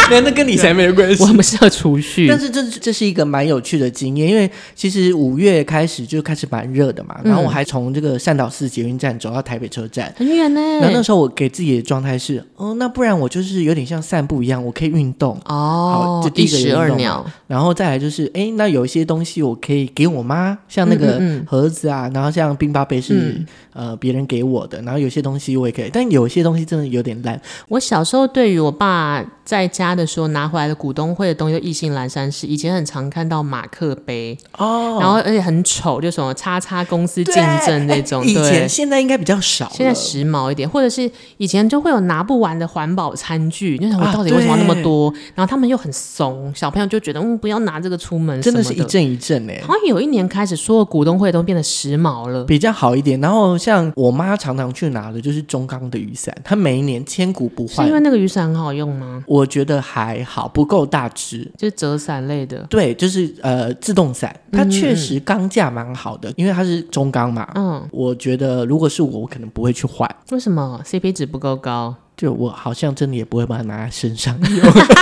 S1: 那那跟理财 没有关
S2: 我。很不适合储蓄
S1: 但。是这这是一个蛮有趣的经验，因为其实五月开始就开始蛮热的
S2: 嗯
S1: 嘛，然后我还从这个善导寺捷运站走到台北车站，
S2: 很远呢、
S1: 然后那时候我给自己的状态是，哦，那不然我就是有点像散步一样，我可以运动，
S2: 哦
S1: 好，就
S2: 一
S1: 第一个
S2: 石
S1: 运
S2: 二
S1: 动嘛
S2: 鸟，
S1: 然后再来就是，哎，那有一些东西我可以给我妈，像那个
S2: 嗯嗯嗯嗯
S1: 盒子啊，然后像冰巴杯是、呃别人给我的，然后有些东西我也可以，但有些东西真的有点烂，
S2: 我小时候对于我爸在家的时候拿回来的股东会的东西，就意兴阑珊是以前很常看到马克杯哦，然后而且很丑，就什么叉叉公司竞争那种，
S1: 哎以
S2: 对
S1: 前。现在应该比较少了，
S2: 现在时髦一点，或者是以前就会有拿不完的环保餐具，你就想我
S1: 啊
S2: 到底为什么要那么
S1: 对
S2: 多？然后他们又很怂，小朋友就觉得嗯不要拿这个出门什
S1: 真
S2: 么
S1: 的
S2: 的
S1: 是一阵一阵哎、
S2: 好像有一年开始，所有股东会都变得时髦了。
S1: 比较好一点。然后像我妈常常去拿的就是中钢的雨伞，她每一年千古不
S2: 是
S1: 换
S2: 因为。那个雨伞很好用吗？
S1: 我觉得还好，不够大只。
S2: 就是折伞类的。
S1: 对，就是呃，自动伞，它确实钢架蛮好的，因为它是中钢嘛。
S2: 嗯，
S1: 我觉得如果是我，我可能不会去换，
S2: 为什么 CP 值不够高？
S1: 就我好像真的也不会把它拿在身上。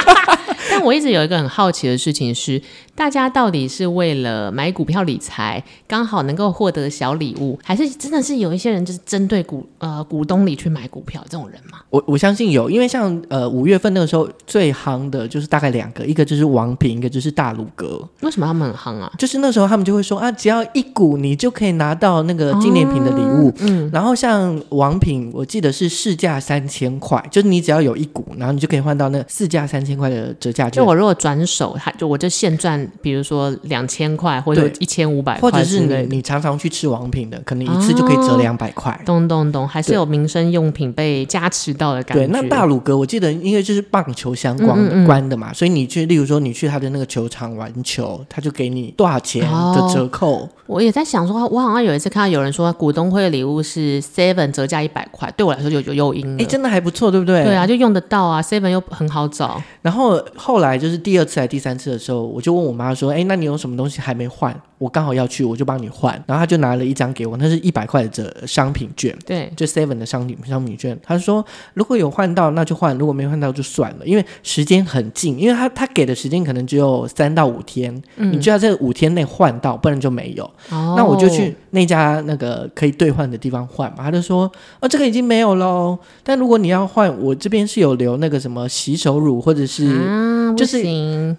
S2: 但我一直有一个很好奇的事情是， 大家到底是为了买股票理财，刚好能够获得小礼物，还是真的是有一些人就是针对股呃股东里去买股票这种人嘛？
S1: 我我相信有，因为像呃五月份那个时候最夯的就是大概两个，一个就是王平，一个就是大鲁阁。
S2: 为什么他们很夯啊？
S1: 就是那时候他们就会说啊，只要一股你就可以拿到那个纪念品的礼物。
S2: 哦
S1: 嗯，然后像王品，我记得是市价三千块，就是你只要有一股，然后你就可以换到那市价三千块的折价
S2: 就
S1: 券。
S2: 我如果转手，还就我就现赚，比如说两千块或者
S1: 对
S2: 一千五百块
S1: 或者
S2: 之
S1: 是
S2: 类的
S1: 你你常常去吃王品的，可能一次就可以折
S2: 哦
S1: 两百块。
S2: 懂懂懂，还是
S1: 对
S2: 有民生用品被加持到的感觉。
S1: 对，那大鲁阁我记得因为就是棒球相关的
S2: 嗯嗯嗯
S1: 关的嘛，所以你去，例如说你去他的那个球场玩球，他就给你多少钱的
S2: 哦
S1: 折扣。
S2: 我也在想说，我好像有一次看到有人说股东会的礼物是 Seven 折价一百块，对我来说就有诱因
S1: 哎、
S2: 了。
S1: 真的还不错，对不对？
S2: 嗯对啊，就用得到啊，seven 又很好找。
S1: 然后后来就是第二次还第三次的时候，我就问我妈说：“哎，那你有什么东西还没换？我刚好要去，我就帮你换。”然后她就拿了一张给我，那是一百块的折商品券，
S2: 对，
S1: 就 Seven 的商品商品券。她说：“如果有换到那就换，如果没换到就算了，因为时间很近，因为她她给的时间可能只有三到五天，你就要在五天内换到，不然就没有。
S2: 哦
S1: 那我就去那家那个可以兑换的地方换嘛。他就说，哦，这个已经没有喽。但如果你要换，我这边是有留那个什么洗手乳或者是
S2: 啊，
S1: 嗯就
S2: 就是是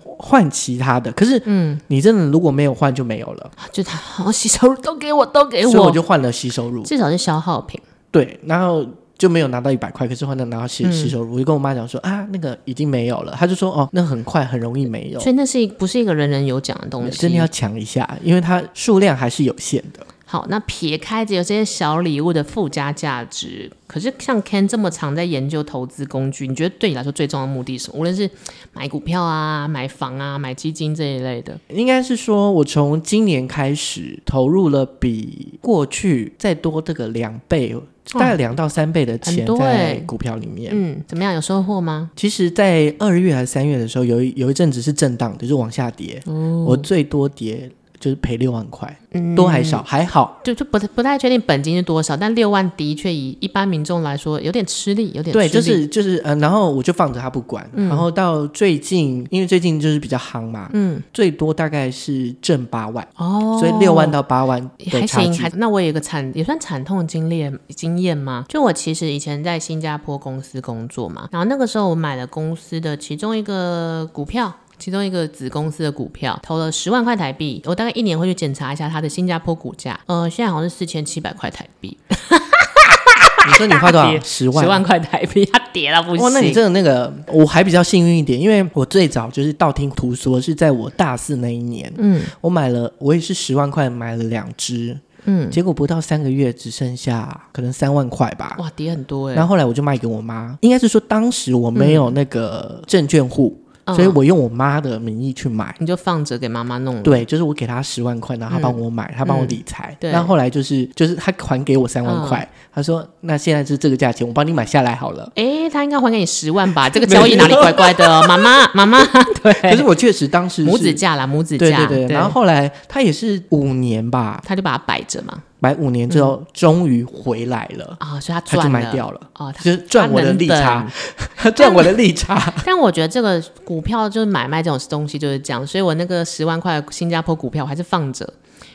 S1: 换其他的。可是，嗯，你真的如果没有换就没有了，
S2: 就他好哦洗手乳都给我，都给
S1: 所以
S2: 我，
S1: 我就换了洗手乳。
S2: 至少是消耗品。
S1: 对，然后。就没有拿到一百块，可是换到拿到洗
S2: 嗯
S1: 洗手乳，我就跟我妈讲说啊，那个已经没有了。她就说哦，那很快很容易没有
S2: 所，以那是一不是一个人人有奖的东西？
S1: 真的要抢一下，因为它数量还是有限的。
S2: 好，那撇开只有这些小礼物的附加价值，可是像 Ken 这么常在研究投资工具，你觉得对你来说最重要的目的是什么？无论是买股票啊、买房啊、买基金这一类的，
S1: 应该是说，我从今年开始投入了比过去再多这个两倍，大概两到三倍的
S2: 很
S1: 钱
S2: 多
S1: 在
S2: 欸
S1: 股票里面。
S2: 嗯，怎么样？有收获吗？
S1: 其实，在二月还是三月的时候，有一有一阵子是震荡的，就是往下跌。
S2: 哦
S1: 我最多跌就是赔六万块，
S2: 嗯
S1: 多还少？还好，
S2: 就就不太不太确定本金是多少，但六万的确以一般民众来说有点吃力，有点吃
S1: 对，
S2: 力。
S1: 就是就是呃，然后我就放着它不管。然后到最近，因为最近就是比较夯嘛，
S2: 嗯
S1: 最多大概是挣八万，
S2: 哦，
S1: 所以六万到八万的
S2: 还
S1: 差
S2: 行，
S1: 距
S2: 还。那我有一个惨也算惨痛的经历经验吗？就我其实以前在新加坡公司工作嘛，然后那个时候我买了公司的其中一个股票。其中一个子公司的股票投了十万块台币，我大概一年会去检查一下它的新加坡股价，呃，现在好像是四千七百块台币，
S1: 你说你花多
S2: 跌
S1: 少？十万？
S2: 十万块台币，它跌到不行。
S1: 哇，那你真的那个，我还比较幸运一点，因为我最早就是道听途说，是在我大四那一年，
S2: 嗯
S1: 我买了，我也是十万块买了两只，
S2: 嗯，
S1: 结果不到三个月只剩下可能三万块吧。
S2: 哇，跌很多哎、
S1: 然后后来我就卖给我妈，应该是说当时我没有那个证券户，
S2: 嗯
S1: 所以我用我妈的名义去买。
S2: 你就放着给妈妈弄了。
S1: 对，就是我给她十万块，然后她帮我买，她帮我理财。
S2: 嗯对嗯
S1: 那后来就是就是她还给我三万块，她说那现在是这个价钱，我帮你买下来好了。
S2: 哎，他应该还给你十万吧？这个交易哪里怪怪的哦？妈妈，妈妈，
S1: 可是
S2: 对，
S1: 我确实当时是
S2: 母子价啦，母子
S1: 对
S2: 价，
S1: 对对，然后后来他也是五年吧，
S2: 他就把它摆着嘛，
S1: 买五年之后终于回来了，
S2: 啊，所以他
S1: 他就
S2: 赚
S1: 卖
S2: 了。
S1: 掉了，
S2: 哦，他
S1: 就是赚我的利差， 他赚我的利差。
S2: 但我觉得这个股票就是买卖这种东西就是这样，所以我那个十万块新加坡股票我还是放着，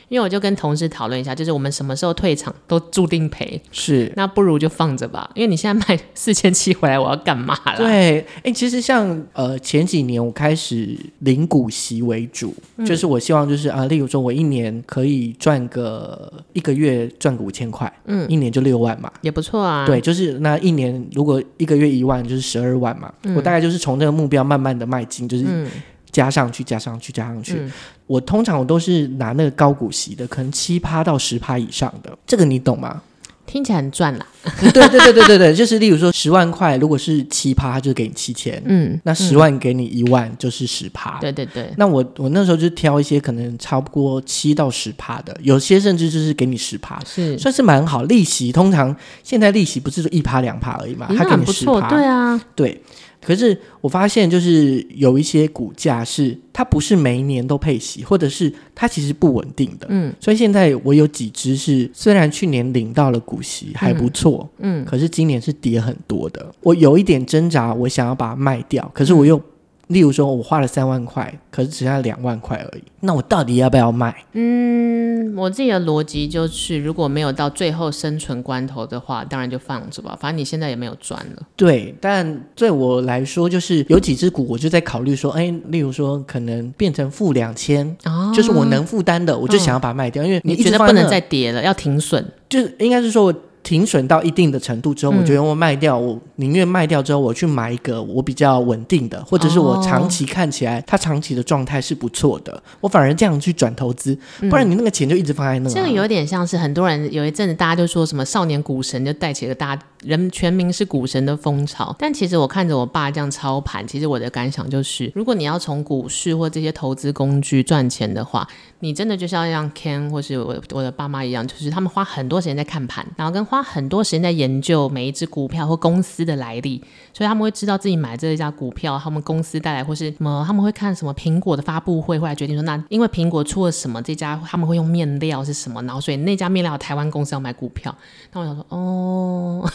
S2: 因为我就跟同事讨论一下，就是我们什么时候退场都注定赔，
S1: 是，
S2: 那不如就放着吧，因为你现在卖 四千七回来，我要干嘛啦？，
S1: 对，哎，其实像呃前几年我开始领股息为主，就是我希望就是啊，例如说我一年可以赚个一个月赚个五千块，嗯，一年就六万嘛。
S2: 也不错啊。
S1: 对，，就是那一年，如果一个月一万，就是十二万嘛。我大概就是从这个目标慢慢的迈进，就是
S2: 嗯
S1: 加上去，加上去，加上去。
S2: 嗯
S1: 我通常我都是拿那个高股息的，可能七趴到十趴以上的，这个你懂吗？
S2: 听起来很赚啦。
S1: 对对对对对对，就是例如说十万块，如果是七趴，它就给你七千、
S2: 嗯，
S1: 那十万给你一万，就是十趴。
S2: 对对对，
S1: 那我我那时候就挑一些可能超过七到十趴的，有些甚至就是给你十趴，
S2: 是，
S1: 算是蛮好。利息通常现在利息不是一趴两趴而已嘛，
S2: 也
S1: 它给
S2: 很
S1: 你
S2: 不
S1: 十
S2: 错，
S1: 趴，
S2: 对啊，
S1: 对，可是我发现就是有一些股价是它不是每一年都配息，或者是它其实不稳定的。
S2: 嗯，
S1: 所以现在我有几只是虽然去年领到了股息还不错，
S2: 嗯，
S1: 可是今年是跌很多的。我有一点挣扎，我想要把它卖掉，可是
S2: 嗯
S1: 我又。例如说，我花了三万块，可是只剩下两万块而已，那我到底要不要卖？
S2: 嗯，我自己的逻辑就是，如果没有到最后生存关头的话，当然就放着吧，反正你现在也没有赚了。
S1: 对，但对我来说，就是有几只股，我就在考虑说，哎，例如说，可能变成负两千，
S2: 哦
S1: 就是我能负担的，我就想要把它卖掉，因为
S2: 嗯你
S1: 一
S2: 觉
S1: 直
S2: 得
S1: 放
S2: 不
S1: 在
S2: 能
S1: 那
S2: 再，跌了，要停损。
S1: 就是应该是说我停损到一定的程度之
S2: 嗯
S1: 后，我觉得我卖掉，我宁愿卖掉之后，我去买一个我比较稳定的，或者是我长期看起来它长期的状态是不错的，我反而这样去转投资，不然你那个钱就一直放在那、啊。
S2: 嗯这个有点像是很多人有一阵子大家就说什么少年股神，就带起了大家人全民是股神的风潮。但其实我看着我爸这样操盘，其实我的感想就是，如果你要从股市或这些投资工具赚钱的话，你真的就是要像 Ken 或是我我的爸妈一样，就是他们花很多时间在看盘，然后跟花很多时间在研究每一只股票或公司的来历，所以他们会知道自己买这一家股票，他们公司带来或是什么，他们会看什么苹果的发布会，后来决定说，那因为苹果出了什么，这家他们会用面料是什么，然后所以那家面料台湾公司要买股票，那我想说，哦，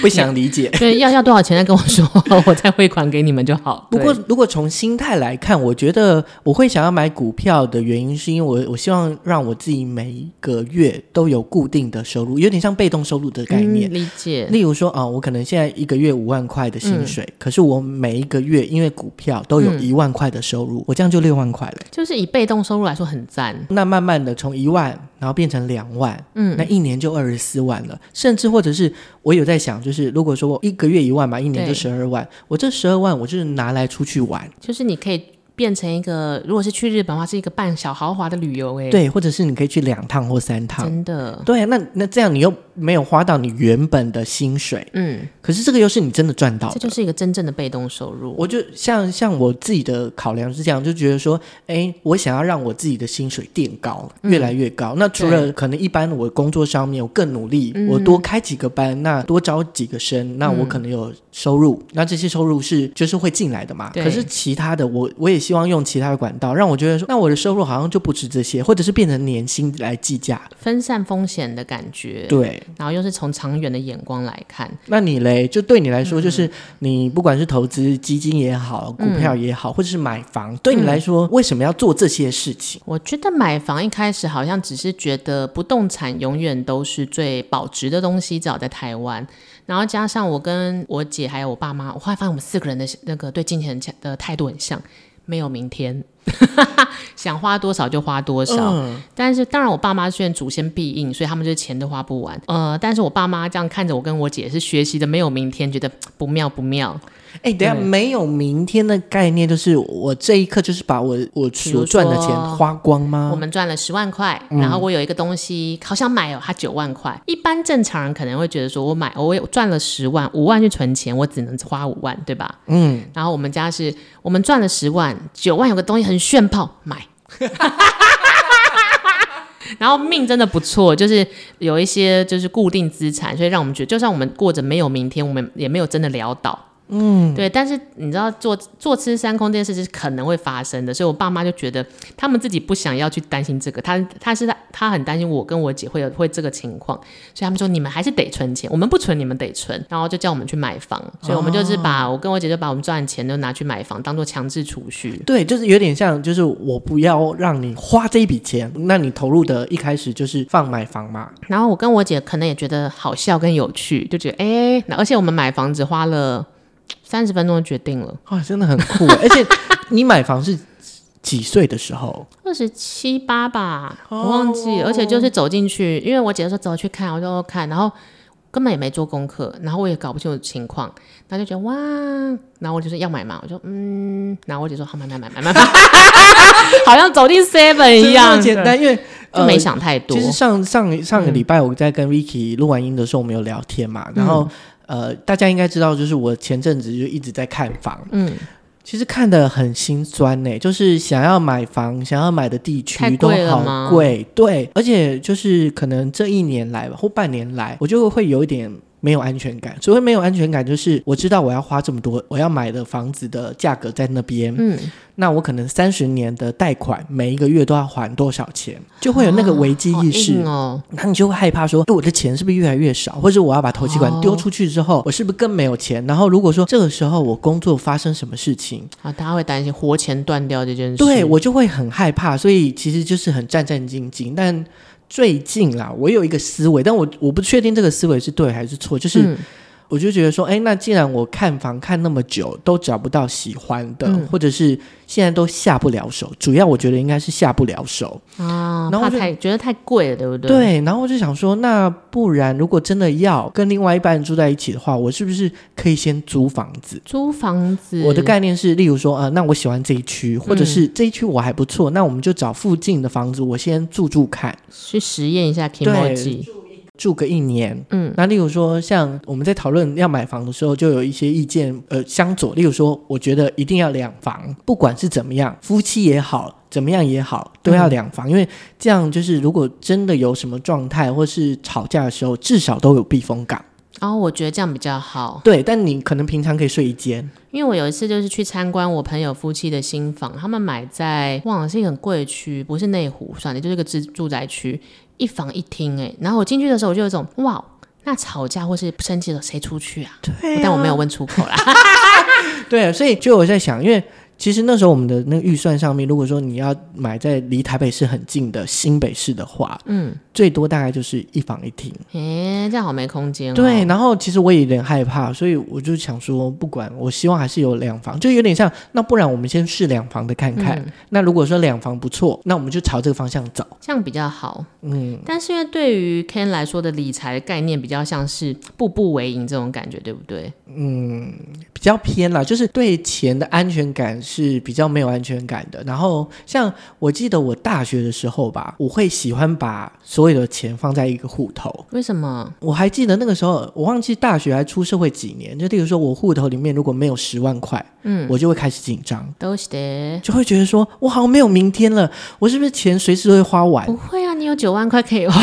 S1: 不想理解。
S2: 对，要要多少钱再跟我 说，我再汇款给你们就好。
S1: 不过
S2: 对，
S1: 如果从心态来看，我觉得我会想要买股票的原因，是因为我我希望让我自己每一个月都有固定的收入，有点像被动收入的概念。
S2: 嗯、理解，
S1: 例如说啊、我可能现在一个月五万块的薪水，
S2: 嗯
S1: 可是我每一个月因为股票都有一万块的收入，我这样就六万块了。
S2: 就是以被动收入来说很赞，
S1: 那慢慢的从一万，然后变成两万，
S2: 嗯
S1: 那一年就二十四万了。甚至或者是我有在想，就是如果说我一个月一万嘛，一年就
S2: 对
S1: 十二万，我这十二万我就是拿来出去玩，
S2: 就是你可以变成一个，如果是去日本的话，是一个半小豪华的旅游、哎，，
S1: 对，或者是你可以去两趟或三趟。
S2: 真的，
S1: 对啊，那那这样你又没有花到你原本的薪水，
S2: 嗯，
S1: 可是这个又是你真的赚到
S2: 这
S1: 的。
S2: 就是一个真正的被动收入。
S1: 我就像像我自己的考量是这样，就觉得说，哎，我想要让我自己的薪水垫高，
S2: 嗯
S1: 越来越高。那除了可能一般我工作上面我更努力，我多
S2: 嗯
S1: 开几个班，那多招几个生，那我可能有收入，那这些收入是就是会进来的嘛。
S2: 对
S1: 可是其他的我我也希望用其他的管道，让我觉得说，那我的收入好像就不止这些，或者是变成年薪来计价。
S2: 分散风险的感觉，
S1: 对，
S2: 然后又是从长远的眼光来看，
S1: 那你嘞，就对你来
S2: 嗯
S1: 说，就是、你不管是投资基金也好，股票也好，或者是买房，对你来说，
S2: 嗯
S1: 为什么要做这些事情？
S2: 我觉得买房一开始好像只是觉得不动产永远都是最保值的东西，至少在台湾。然后加上我跟我姐还有我爸妈，我后来发现我们四个人的那个对金钱的态度很像，没有明天， 想花多少就花多少。
S1: 嗯，
S2: 但是当然，我爸妈虽然祖先庇应，所以他们就是钱都花不完。呃，但是我爸妈这样看着我跟我姐是学习的没有明天，觉得嘖不妙不妙。
S1: 哎，等一下
S2: 对
S1: 没有明天的概念，就是我这一刻就是把我我所赚的
S2: 比如说
S1: 钱花光
S2: 我
S1: 吗？
S2: 们赚了十万块，然后我有一个东西好想买哦，它九万块。一般正常人可能会觉得说，我买我有赚了十万，五万去存钱，我只能花五万，对吧？
S1: 嗯，
S2: 然后我们家是我们赚了十万，九万有个东西很炫炮，买。 然后命真的不错，就是有一些就是固定资产，所以让我们觉得，就算我们过着没有明天，我们也没有真的潦倒。嗯，对。但是你知道坐坐吃山空这件事是可能会发生的，所以我爸妈就觉得他们自己不想要去担心这个，他他是他很担心我跟我姐会有会这个情况，所以他们说你们还是得存钱，我们不存你们得存，然后就叫我们去买房，所以我们就是把、我跟我姐就把我们赚的钱都拿去买房，当做强制储蓄。
S1: 对，就是有点像，就是我不要让你花这一笔钱，那你投入的一开始就是放买房 嘛，
S2: 然后我跟我姐可能也觉得好笑跟有趣，就觉得哎、诶那而且我们买房只花了三十分钟就决定了，
S1: 哇，真的很酷欸，而且你买房是几岁的时候？
S2: 二十七八吧，我忘记，而且就是走进去，因为我姐说走去看，我就哦看，然后根本也没做功课，然后我也搞不清楚情况，然后就觉得哇，然后我就说要买嘛，我就嗯，然后我姐说好买买买买买，买好像走进 seven 一
S1: 真的那
S2: 样，
S1: 么简单，因为呃
S2: 就没。想太多嗯
S1: 其。实上上上个礼拜我在跟 Vicky 录完音的时候，我们有聊天嘛，然后呃，大家应该知道，就是我前阵子就一直在看房，
S2: 嗯，
S1: 其实看的很心酸呢、就是想要买房，想要买的地
S2: 太
S1: 区都
S2: 贵了吗
S1: 好贵，对，而且就是可能这一年来吧，或半年来，我就会有一点。没有安全感，所谓没有安全感，就是我知道我要花这么多，我要买的房子的价格在那边，
S2: 嗯，
S1: 那我可能三十年的贷款，每一个月都要还多少钱，就会有那个危机
S2: 好
S1: 意识，
S2: 硬哦，
S1: 那你就会害怕说，哎，我的钱是不是越来越少，或者我要把投期款
S2: 哦
S1: 丢出去之后，我是不是更没有钱？然后如果说这个时候我工作发生什么事情，
S2: 啊，大家会担心活钱断掉这件事。
S1: 对我就会很害怕，所以其实就是很战战兢兢。但最近啦，我有一个思维，但我我不确定这个思维是对还是错，就是。
S2: 嗯
S1: 我就觉得说，哎，那既然我看房看那么久都找不到喜欢的，
S2: 嗯
S1: 或者是现在都下不了手，主要我觉得应该是下不了手。
S2: 啊，
S1: 然后
S2: 怕
S1: 就
S2: 太觉得太贵了，对不对？，
S1: 对，然后我就想说，那不然如果真的要跟另外一半住在一起的话，我是不是可以先租房子？
S2: 租房子，
S1: 我的概念是，例如说，呃，那我喜欢这一区，或
S2: 嗯
S1: 者是这一区我还不错，那我们就找附近的房子，我先住住看，
S2: 去实验一下 k i
S1: 对
S2: m o j i
S1: 住个一年。
S2: 嗯，
S1: 那例如说，像我们在讨论要买房的时候，就有一些意见，呃，相左。例如说，我觉得一定要两房，不管是怎么样，夫妻也好，怎么样也好，都要两房，因为这样就是如果真的有什么状态或是吵架的时候，至少都有避风港。
S2: 然后哦我觉得这样比较好，
S1: 对，但你可能平常可以睡一间，
S2: 因为我有一次就是去参观我朋友夫妻的新房，他们买在忘了是一个很贵的区，不是内湖，算了，就是一个住住宅区，一房一厅哎、然后我进去的时候，我就有一种哇，那吵架或是生气的时候谁出去啊？
S1: 对
S2: 但我没有问出口啦。
S1: 对，所以就我在想，因为其实那时候我们的那个预算上面，如果说你要买在离台北市很近的新北市的话，
S2: 嗯，
S1: 最多大概就是一房一厅。
S2: 哎、这样好没空间、哦。
S1: 对，，然后其实我也有点害怕，所以我就想说，不管，我希望还是有两房，就有点像，那不然我们先试两房的看看。那如果说两房不错，那我们就朝这个方向走。
S2: 这样比较好。
S1: 嗯，
S2: 但是因为对于 Ken 来说的理财的概念比较像是步步为营这种感觉，对不对？
S1: 比较偏啦，就是对钱的安全感是比较没有安全感的。然后像我记得我大学的时候吧，我会喜欢把所有的钱放在一个户头。
S2: 为什么？
S1: 我还记得那个时候，我忘记大学还出社会几年，就例如说我户头里面如果没有十万块，
S2: 嗯，
S1: 我就会开始紧张，
S2: 都是的。
S1: 就会觉得说我好像没有明天了，我是不是钱随时都会花完？
S2: 不会啊，你有九万块可以花。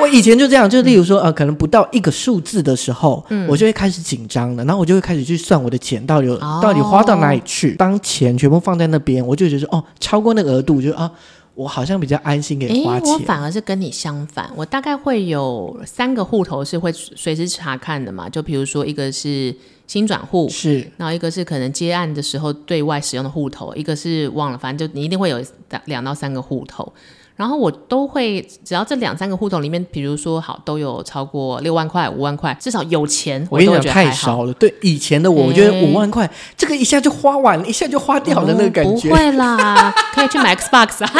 S1: 我以前就这样，就例如
S2: 嗯
S1: 说，呃，可能不到一个数字的时候，我就会开始紧张了，然后我就会开始去算我的钱到底有、
S2: 哦
S1: 到底花到哪里去。当钱全部放在那边，我就觉得说哦，超过那个额度，我就啊，我好像比较安心给
S2: 诶，
S1: 花钱
S2: 哎我。反而是跟你相反，我大概会有三个户头是会随时查看的嘛，就比如说一个是新转户。
S1: 是，
S2: 然后一个是可能接案的时候对外使用的户头，一个是忘了，反正就你一定会有两两到三个户头。然后我都会，只要这两三个户头里面，比如说好都有超过六万块、五万块，至少有钱，
S1: 我
S2: 都
S1: 跟你
S2: 会
S1: 讲
S2: 觉得
S1: 太
S2: 还好。
S1: 少了，对以前的我，我觉得
S2: 哎
S1: 五万块这个一下就花完了，一下就花掉了那个感觉
S2: 哦不。会啦，可以去买 Xbox 啊。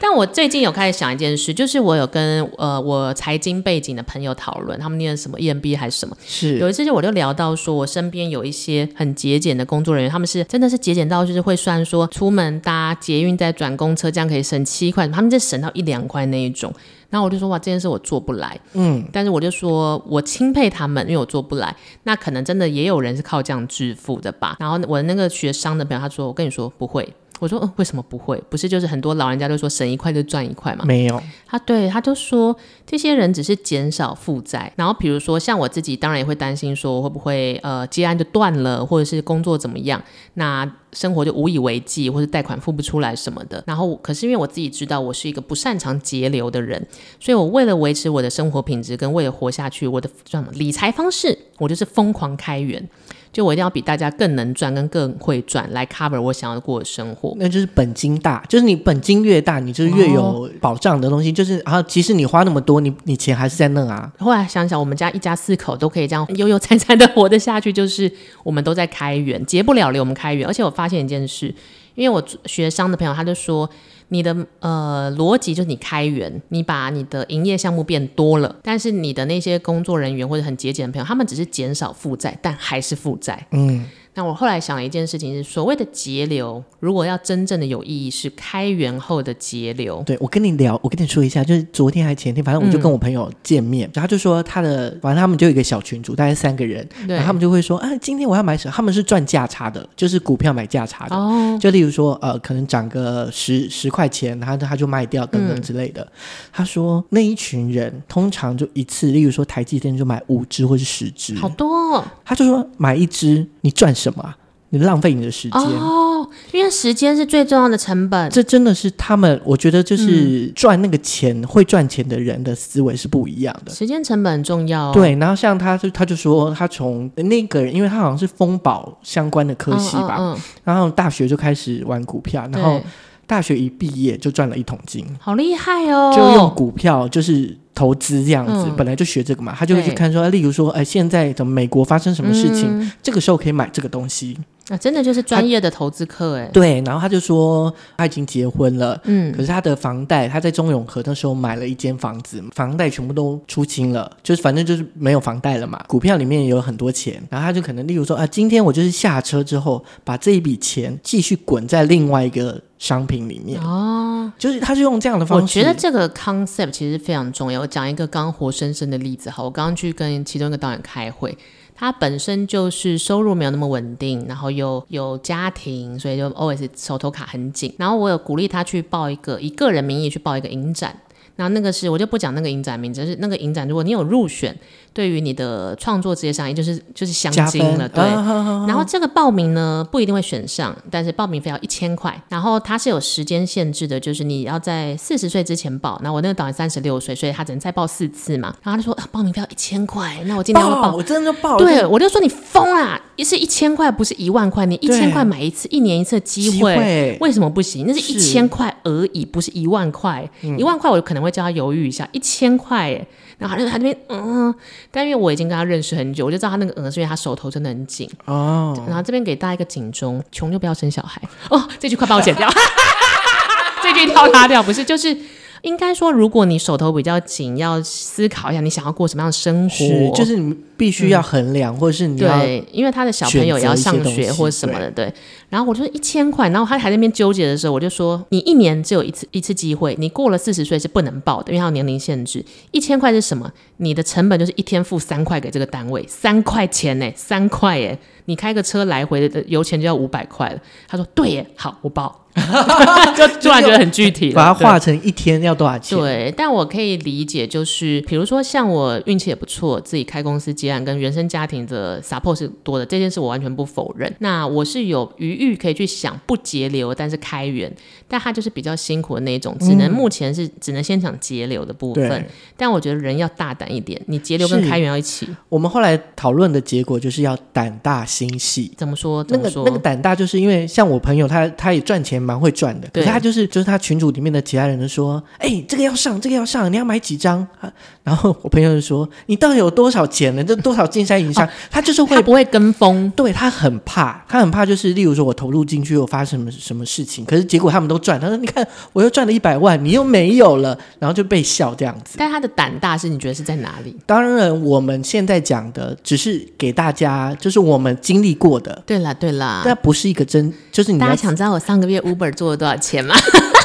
S2: 但我最近有开始想一件事，就是我有跟呃我财经背景的朋友讨论，他们念什么 EMB 还是什么。
S1: 是
S2: 有一次就我就聊到说，我身边有一些很节俭的工作人员，他们是真的是节俭到就是会算说，出门搭捷运再转公车，这样可以省七块，他们就省到一两块那一种。然后我就说哇，这件事我做不来，嗯，但是我就说我钦佩他们，因为我做不来。那可能真的也有人是靠这样致富的吧。然后我那个学商的朋友他说，我跟你说不会。我说、呃、为什么不会？不是就是很多老人家都说省一块就赚一块嘛。
S1: 没有，
S2: 他对他就说，这些人只是减少负债。然后比如说像我自己，当然也会担心说会不会呃接案就断了，或者是工作怎么样，那生活就无以为继，或者贷款付不出来什么的。然后我可是因为我自己知道我是一个不擅长节流的人，所以我为了维持我的生活品质跟为了活下去，我的叫什么理财方式，我就是疯狂开源。就我一定要比大家更能赚，跟更会赚，来 cover 我想要过的生活。
S1: 那就是本金大，就是你本金越大，你就是越
S2: 哦
S1: 有保障的东西。就是啊，其实你花那么多，你你钱还是在那啊。
S2: 后来想想，我们家一家四口都可以这样悠悠哉哉的活得下去，就是我们都在开源，结不了了，我们开源。而且我发现一件事，因为我学商的朋友他就说，你的呃逻辑就是你开源，你把你的营业项目变多了，但是你的那些工作人员或者很节俭的朋友，他们只是减少负债，但还是负债。
S1: 嗯，
S2: 那我后来想了一件事情是，所谓的节流，如果要真正的有意义，是开源后的节流。
S1: 对，我跟你聊，我跟你说一下，就是昨天还前天，反正我就跟我朋友见面，
S2: 嗯
S1: 然后他就说他的，反正他们就有一个小群组，大概三个人，
S2: 对
S1: 然后他们就会说啊，今天我要买什么？他们是赚价差的，就是股票买价差的。
S2: 哦，
S1: 就例如说，呃，可能涨个十十块钱，然后他就卖掉
S2: 嗯
S1: 等等之类的。他说那一群人通常就一次，例如说台积电就买五只或是十只，
S2: 好多、哦。
S1: 他就说买一只你赚什么啊、你浪费你的时间。
S2: 哦，因为时间是最重要的成本。
S1: 这真的是他们，我觉得就是
S2: 嗯
S1: 赚那个钱、会赚钱的人的思维是不一样的。
S2: 时间成本很重要、哦，
S1: 对，然后像他就他就说他从那个人，因为他好像是风保相关的科系吧，
S2: 嗯嗯嗯嗯
S1: 然后大学就开始玩股票，然后
S2: 对
S1: 大学一毕业就赚了一桶金。
S2: 好厉害哦，
S1: 就用股票就是投资这样子，
S2: 嗯
S1: 本来就学这个嘛，他就会去
S2: 对嗯
S1: 看说，例如说，哎、现在怎么美国发生什么事情，这个时候可以买这个东西，
S2: 啊，真的就是专业的投资课哎，
S1: 对，然后他就说他已经结婚了。
S2: 嗯
S1: 可，是他的房贷，他在中永和那时候买了一间房子，房贷全部都出清了，就是反正就是没有房贷了嘛。股票里面也有很多钱，然后他就可能，例如说啊，今天我就是下车之后，把这一笔钱继续滚在另外一个商品里面，
S2: 哦。
S1: 就是他是用这样的方
S2: 我
S1: 式。
S2: 觉得这个 concept 其实非常重要。我讲一个刚活生生的例子好，我刚刚去跟其中一个导演开会，他本身就是收入没有那么稳定，然后又有家庭，所以就 always 手头卡很紧。然后我有鼓励他去报一个以个人名义去报一个影展，然后那个是我就不讲那个影展名字，就是那个影展，如果你有入选，对于你的创作职业上，也就是就是镶
S1: 加
S2: 金
S1: 分
S2: 了，对。
S1: 啊哈哈
S2: 然后这个报名呢不一定会选上，但是报名费要一千块，然后它是有时间限制的，就是你要在四十岁之前报。那我那个导演三十六岁，所以他只能再报四次嘛。然后他就说、啊、报名费要一千块，那我今天要不要
S1: 爆，
S2: 报。
S1: 我真的就爆，
S2: 对，我就说你疯啦！是一千块，不是一万块，你一
S1: 对
S2: 千块买一次，一年一次的机
S1: 机
S2: 会，
S1: 会
S2: 为什么不行？那是
S1: 是
S2: 一千块而已，不是一万块。一万块我可能会叫他犹豫一下，一千块耶，然后他就他那边嗯，但因为我已经跟他认识很久，我就知道他那个嗯是因为他手头真的很紧。
S1: 哦，
S2: 然后这边给大家一个警钟：穷就不要生小孩。哦，这句快帮我 剪掉， 这句一定要拉掉，不是就是。应该说，如果你手头比较紧，要思考一下你想要过什么样的生活。
S1: 是，就是你必须要衡量，或者是你要
S2: 对，因为他的小朋友也要上
S1: 选择一些
S2: 学
S1: 东西
S2: 或什么的，对。然后我就一千块，然后他还在那边纠结的时候，我就说：你一年只有一次一次机会，你过了四十岁是不能报的，因为它有年龄限制。一千块是什么？你的成本就是一天付三块给这个单位，三块钱呢、三块耶、你开个车来回的油钱就要五百块了。他说：对耶，好，我报。就 突然觉得很具体了，
S1: 把它
S2: 对
S1: 化成一天要多少钱？
S2: 对，但我可以理解，就是比如说像我运气也不错，自己开公司接案，跟原生家庭的 support 是多的，这件事我完全不否认。那我是有余裕可以去想不节流，但是开源，但它就是比较辛苦的那一种，只能目前是、只能先想节流的部分
S1: 对。
S2: 但我觉得人要大胆一点，你节流跟
S1: 是
S2: 开源要一起。
S1: 我们后来讨论的结果就是要胆大心细。
S2: 怎么说？
S1: 那
S2: 怎么
S1: 个
S2: 说？
S1: 那个胆大，就是因为像我朋友他，他也赚钱蛮会赚的，可
S2: 对
S1: 是他就是就是他群组里面的其他人都说，哎、这个要上，这个要上，你要买几张？啊然后我朋友就说，你到底有多少钱呢？这多少进山银 山？他就是会
S2: 啊他不会跟风，
S1: 对他很怕，他很怕就是，例如说我投入进去，我发生什么什么事情，可是结果他们都赚，他说你看我又赚了一百万，你又没有了，然后就被笑这样子。
S2: 但他的胆大是你觉得是在哪里？
S1: 当然，我们现在讲的只是给大家，就是我们经历过的，
S2: 对啦，对啦，
S1: 但不是一个真，就是你
S2: 啊大家
S1: 要
S2: 想知道我上个月 Uber 做了多少钱吗？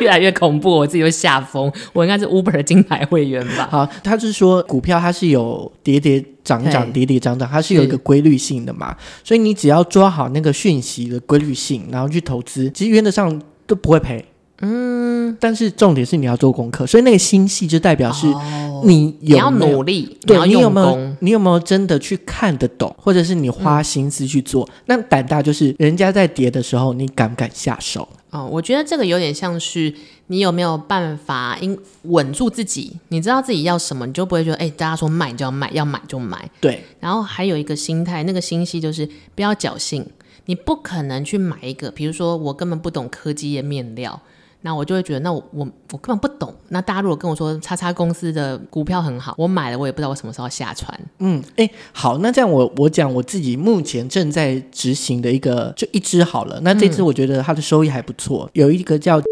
S2: 越来越恐怖，我自己都吓疯。我应该是 Uber 的金牌会员吧？
S1: 好，他是说股票它是有跌跌涨涨、
S2: 对
S1: 跌跌涨涨，它是有一个规律性的嘛，所以你只要抓好那个讯息的规律性，然后去投资，其实原则上都不会赔。嗯，但是重点是你要做功课，所以那个心细就代表是你
S2: 哦你
S1: 有
S2: 要
S1: 没有
S2: 努力，你要
S1: 对你有
S2: 用
S1: 没
S2: 功
S1: 有。你有没有真的去看得懂，或者是你花心思去
S2: 嗯
S1: 做？那胆大就是人家在跌的时候，你敢不敢下手？
S2: 哦，我觉得这个有点像是你有没有办法因稳住自己，你知道自己要什么，你就不会觉得哎、大家说卖你就要卖，要买就买。
S1: 对，
S2: 然后还有一个心态，那个心系就是不要侥幸，你不可能去买一个，比如说我根本不懂科技业面料，那我就会觉得那我我我根本不懂。那大家如果跟我说叉叉公司的股票很好，我买了我也不知道我什么时候要下船。
S1: 嗯，哎，好，那这样我我讲我自己目前正在执行的一个，就一支好了。那这
S2: 嗯
S1: 支我觉得它的收益还不错，有一个叫，
S2: 啊、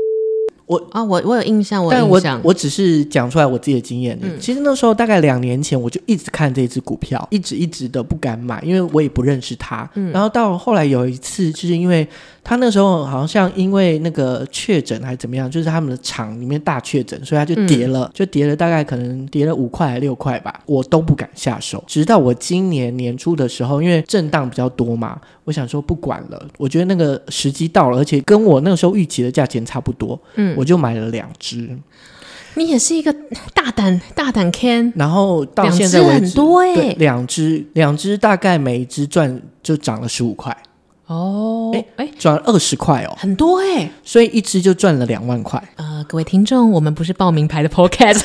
S2: 我我有印象，我
S1: 但
S2: 有印
S1: 我
S2: 象，嗯
S1: 我只是讲出来我自己的经验。其实那时候大概两年前，我就一直看这只股票，一直一直的不敢买，因为我也不认识它。
S2: 嗯
S1: 然后到后来有一次，就是因为他那时候好像因为那个确诊还是怎么样，就是他们的厂里面大确诊，所以他就
S2: 嗯
S1: 跌了，就跌了大概可能跌了五块还六块吧，我都不敢下手。直到我今年年初的时候，因为震荡比较多嘛，我想说不管了，我觉得那个时机到了，而且跟我那个时候预期的价钱差不多，
S2: 嗯
S1: 我就买了两只，
S2: 你也是一个大胆大胆 can，
S1: 然后到
S2: 两
S1: 现
S2: 只
S1: 在为
S2: 很
S1: 止，
S2: 多哎、
S1: 对，两只两只大概每一只赚就涨了十五块，
S2: 哦，哎
S1: 哎、赚了二十块哦，
S2: 很多哎、
S1: 所以一只就赚了两万块。
S2: 呃，各位听众，我们不是报名牌的 podcast，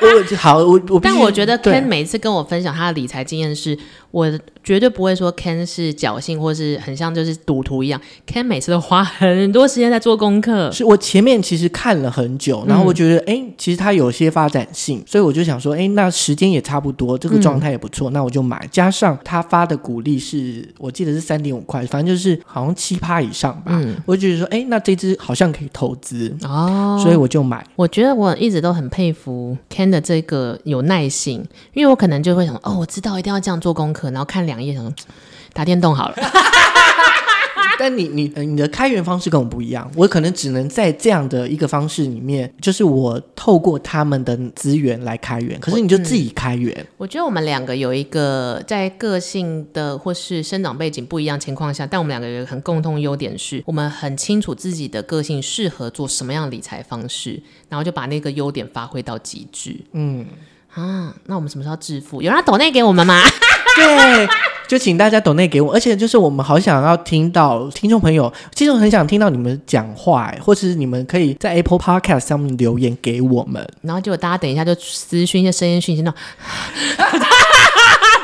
S1: 我好，我我必须
S2: 但我觉得
S1: 对
S2: Ken 每一次跟我分享他的理财经验是，我绝对不会说 Ken 是侥幸或是很像就是赌徒一样。Ken 每次都花很多时间在做功课，
S1: 是我前面其实看了很久，然后
S2: 嗯
S1: 我觉得，哎、其实它有些发展性，所以我就想说，哎，那时间也差不多，这个
S2: 嗯
S1: 状态也不错，那我就买。加上它发的股利是我记得是三点五块，反正就是好像七趴以上吧。
S2: 嗯
S1: 我就觉得说，哎，那这只好像可以投资，
S2: 哦，
S1: 所以我就买。
S2: 我觉得我一直都很佩服 Ken 的这个有耐性，因为我可能就会想，哦，我知道一定要这样做功课，然后看两页，想说打电动好了。
S1: 但你你呃你的开源方式跟我不一样，我可能只能在这样的一个方式里面，就是我透过他们的资源来开源，可是你就自己开源。
S2: 我觉得我们两个有一个在个性的或是生长背景不一样情况下，但我们两个有一个很共通优点是，我们很清楚自己的个性适合做什么样的理财方式，然后就把那个优点发挥到极致。嗯啊，那我们什么时候致富？有人要抖内给我嗯们吗？
S1: 对，就请大家抖内给我，而且就是我们好想要听到听众朋友，其实我很想听到你们讲话，哎或者是你们可以在 Apple Podcast 上面留言给我们。
S2: 然后结果大家等一下就私讯一些声音讯息，那种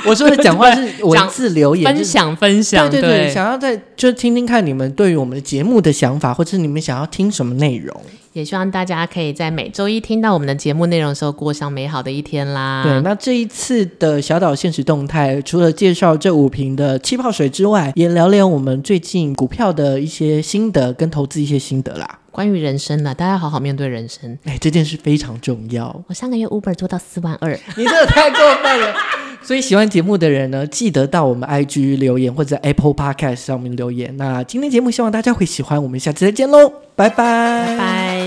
S1: 我说的讲话 是文字留言，
S2: 分
S1: 就是
S2: 享分享，
S1: 对
S2: 对
S1: 对对，想要在就听听看你们对于我们的节目的想法，或者是你们想要听什么内容。
S2: 也希望大家可以在每周一听到我们的节目内容的时候，过上美好的一天啦。
S1: 对，那这一次的小岛现实动态，除了介绍这五瓶的气泡水之外，也聊聊我们最近股票的一些心得跟投资一些心得啦。
S2: 关于人生呢，啊大家好好面对人生。
S1: 哎，这件事非常重要，
S2: 我上个月 Uber 做到四万二。
S1: 你真的太过分了。 所以喜欢节目的人呢，记得到我们 IG 留言或者在 Apple Podcast 上面留言。那今天节目希望大家会喜欢，我们下次再见喽，拜拜
S2: 拜拜。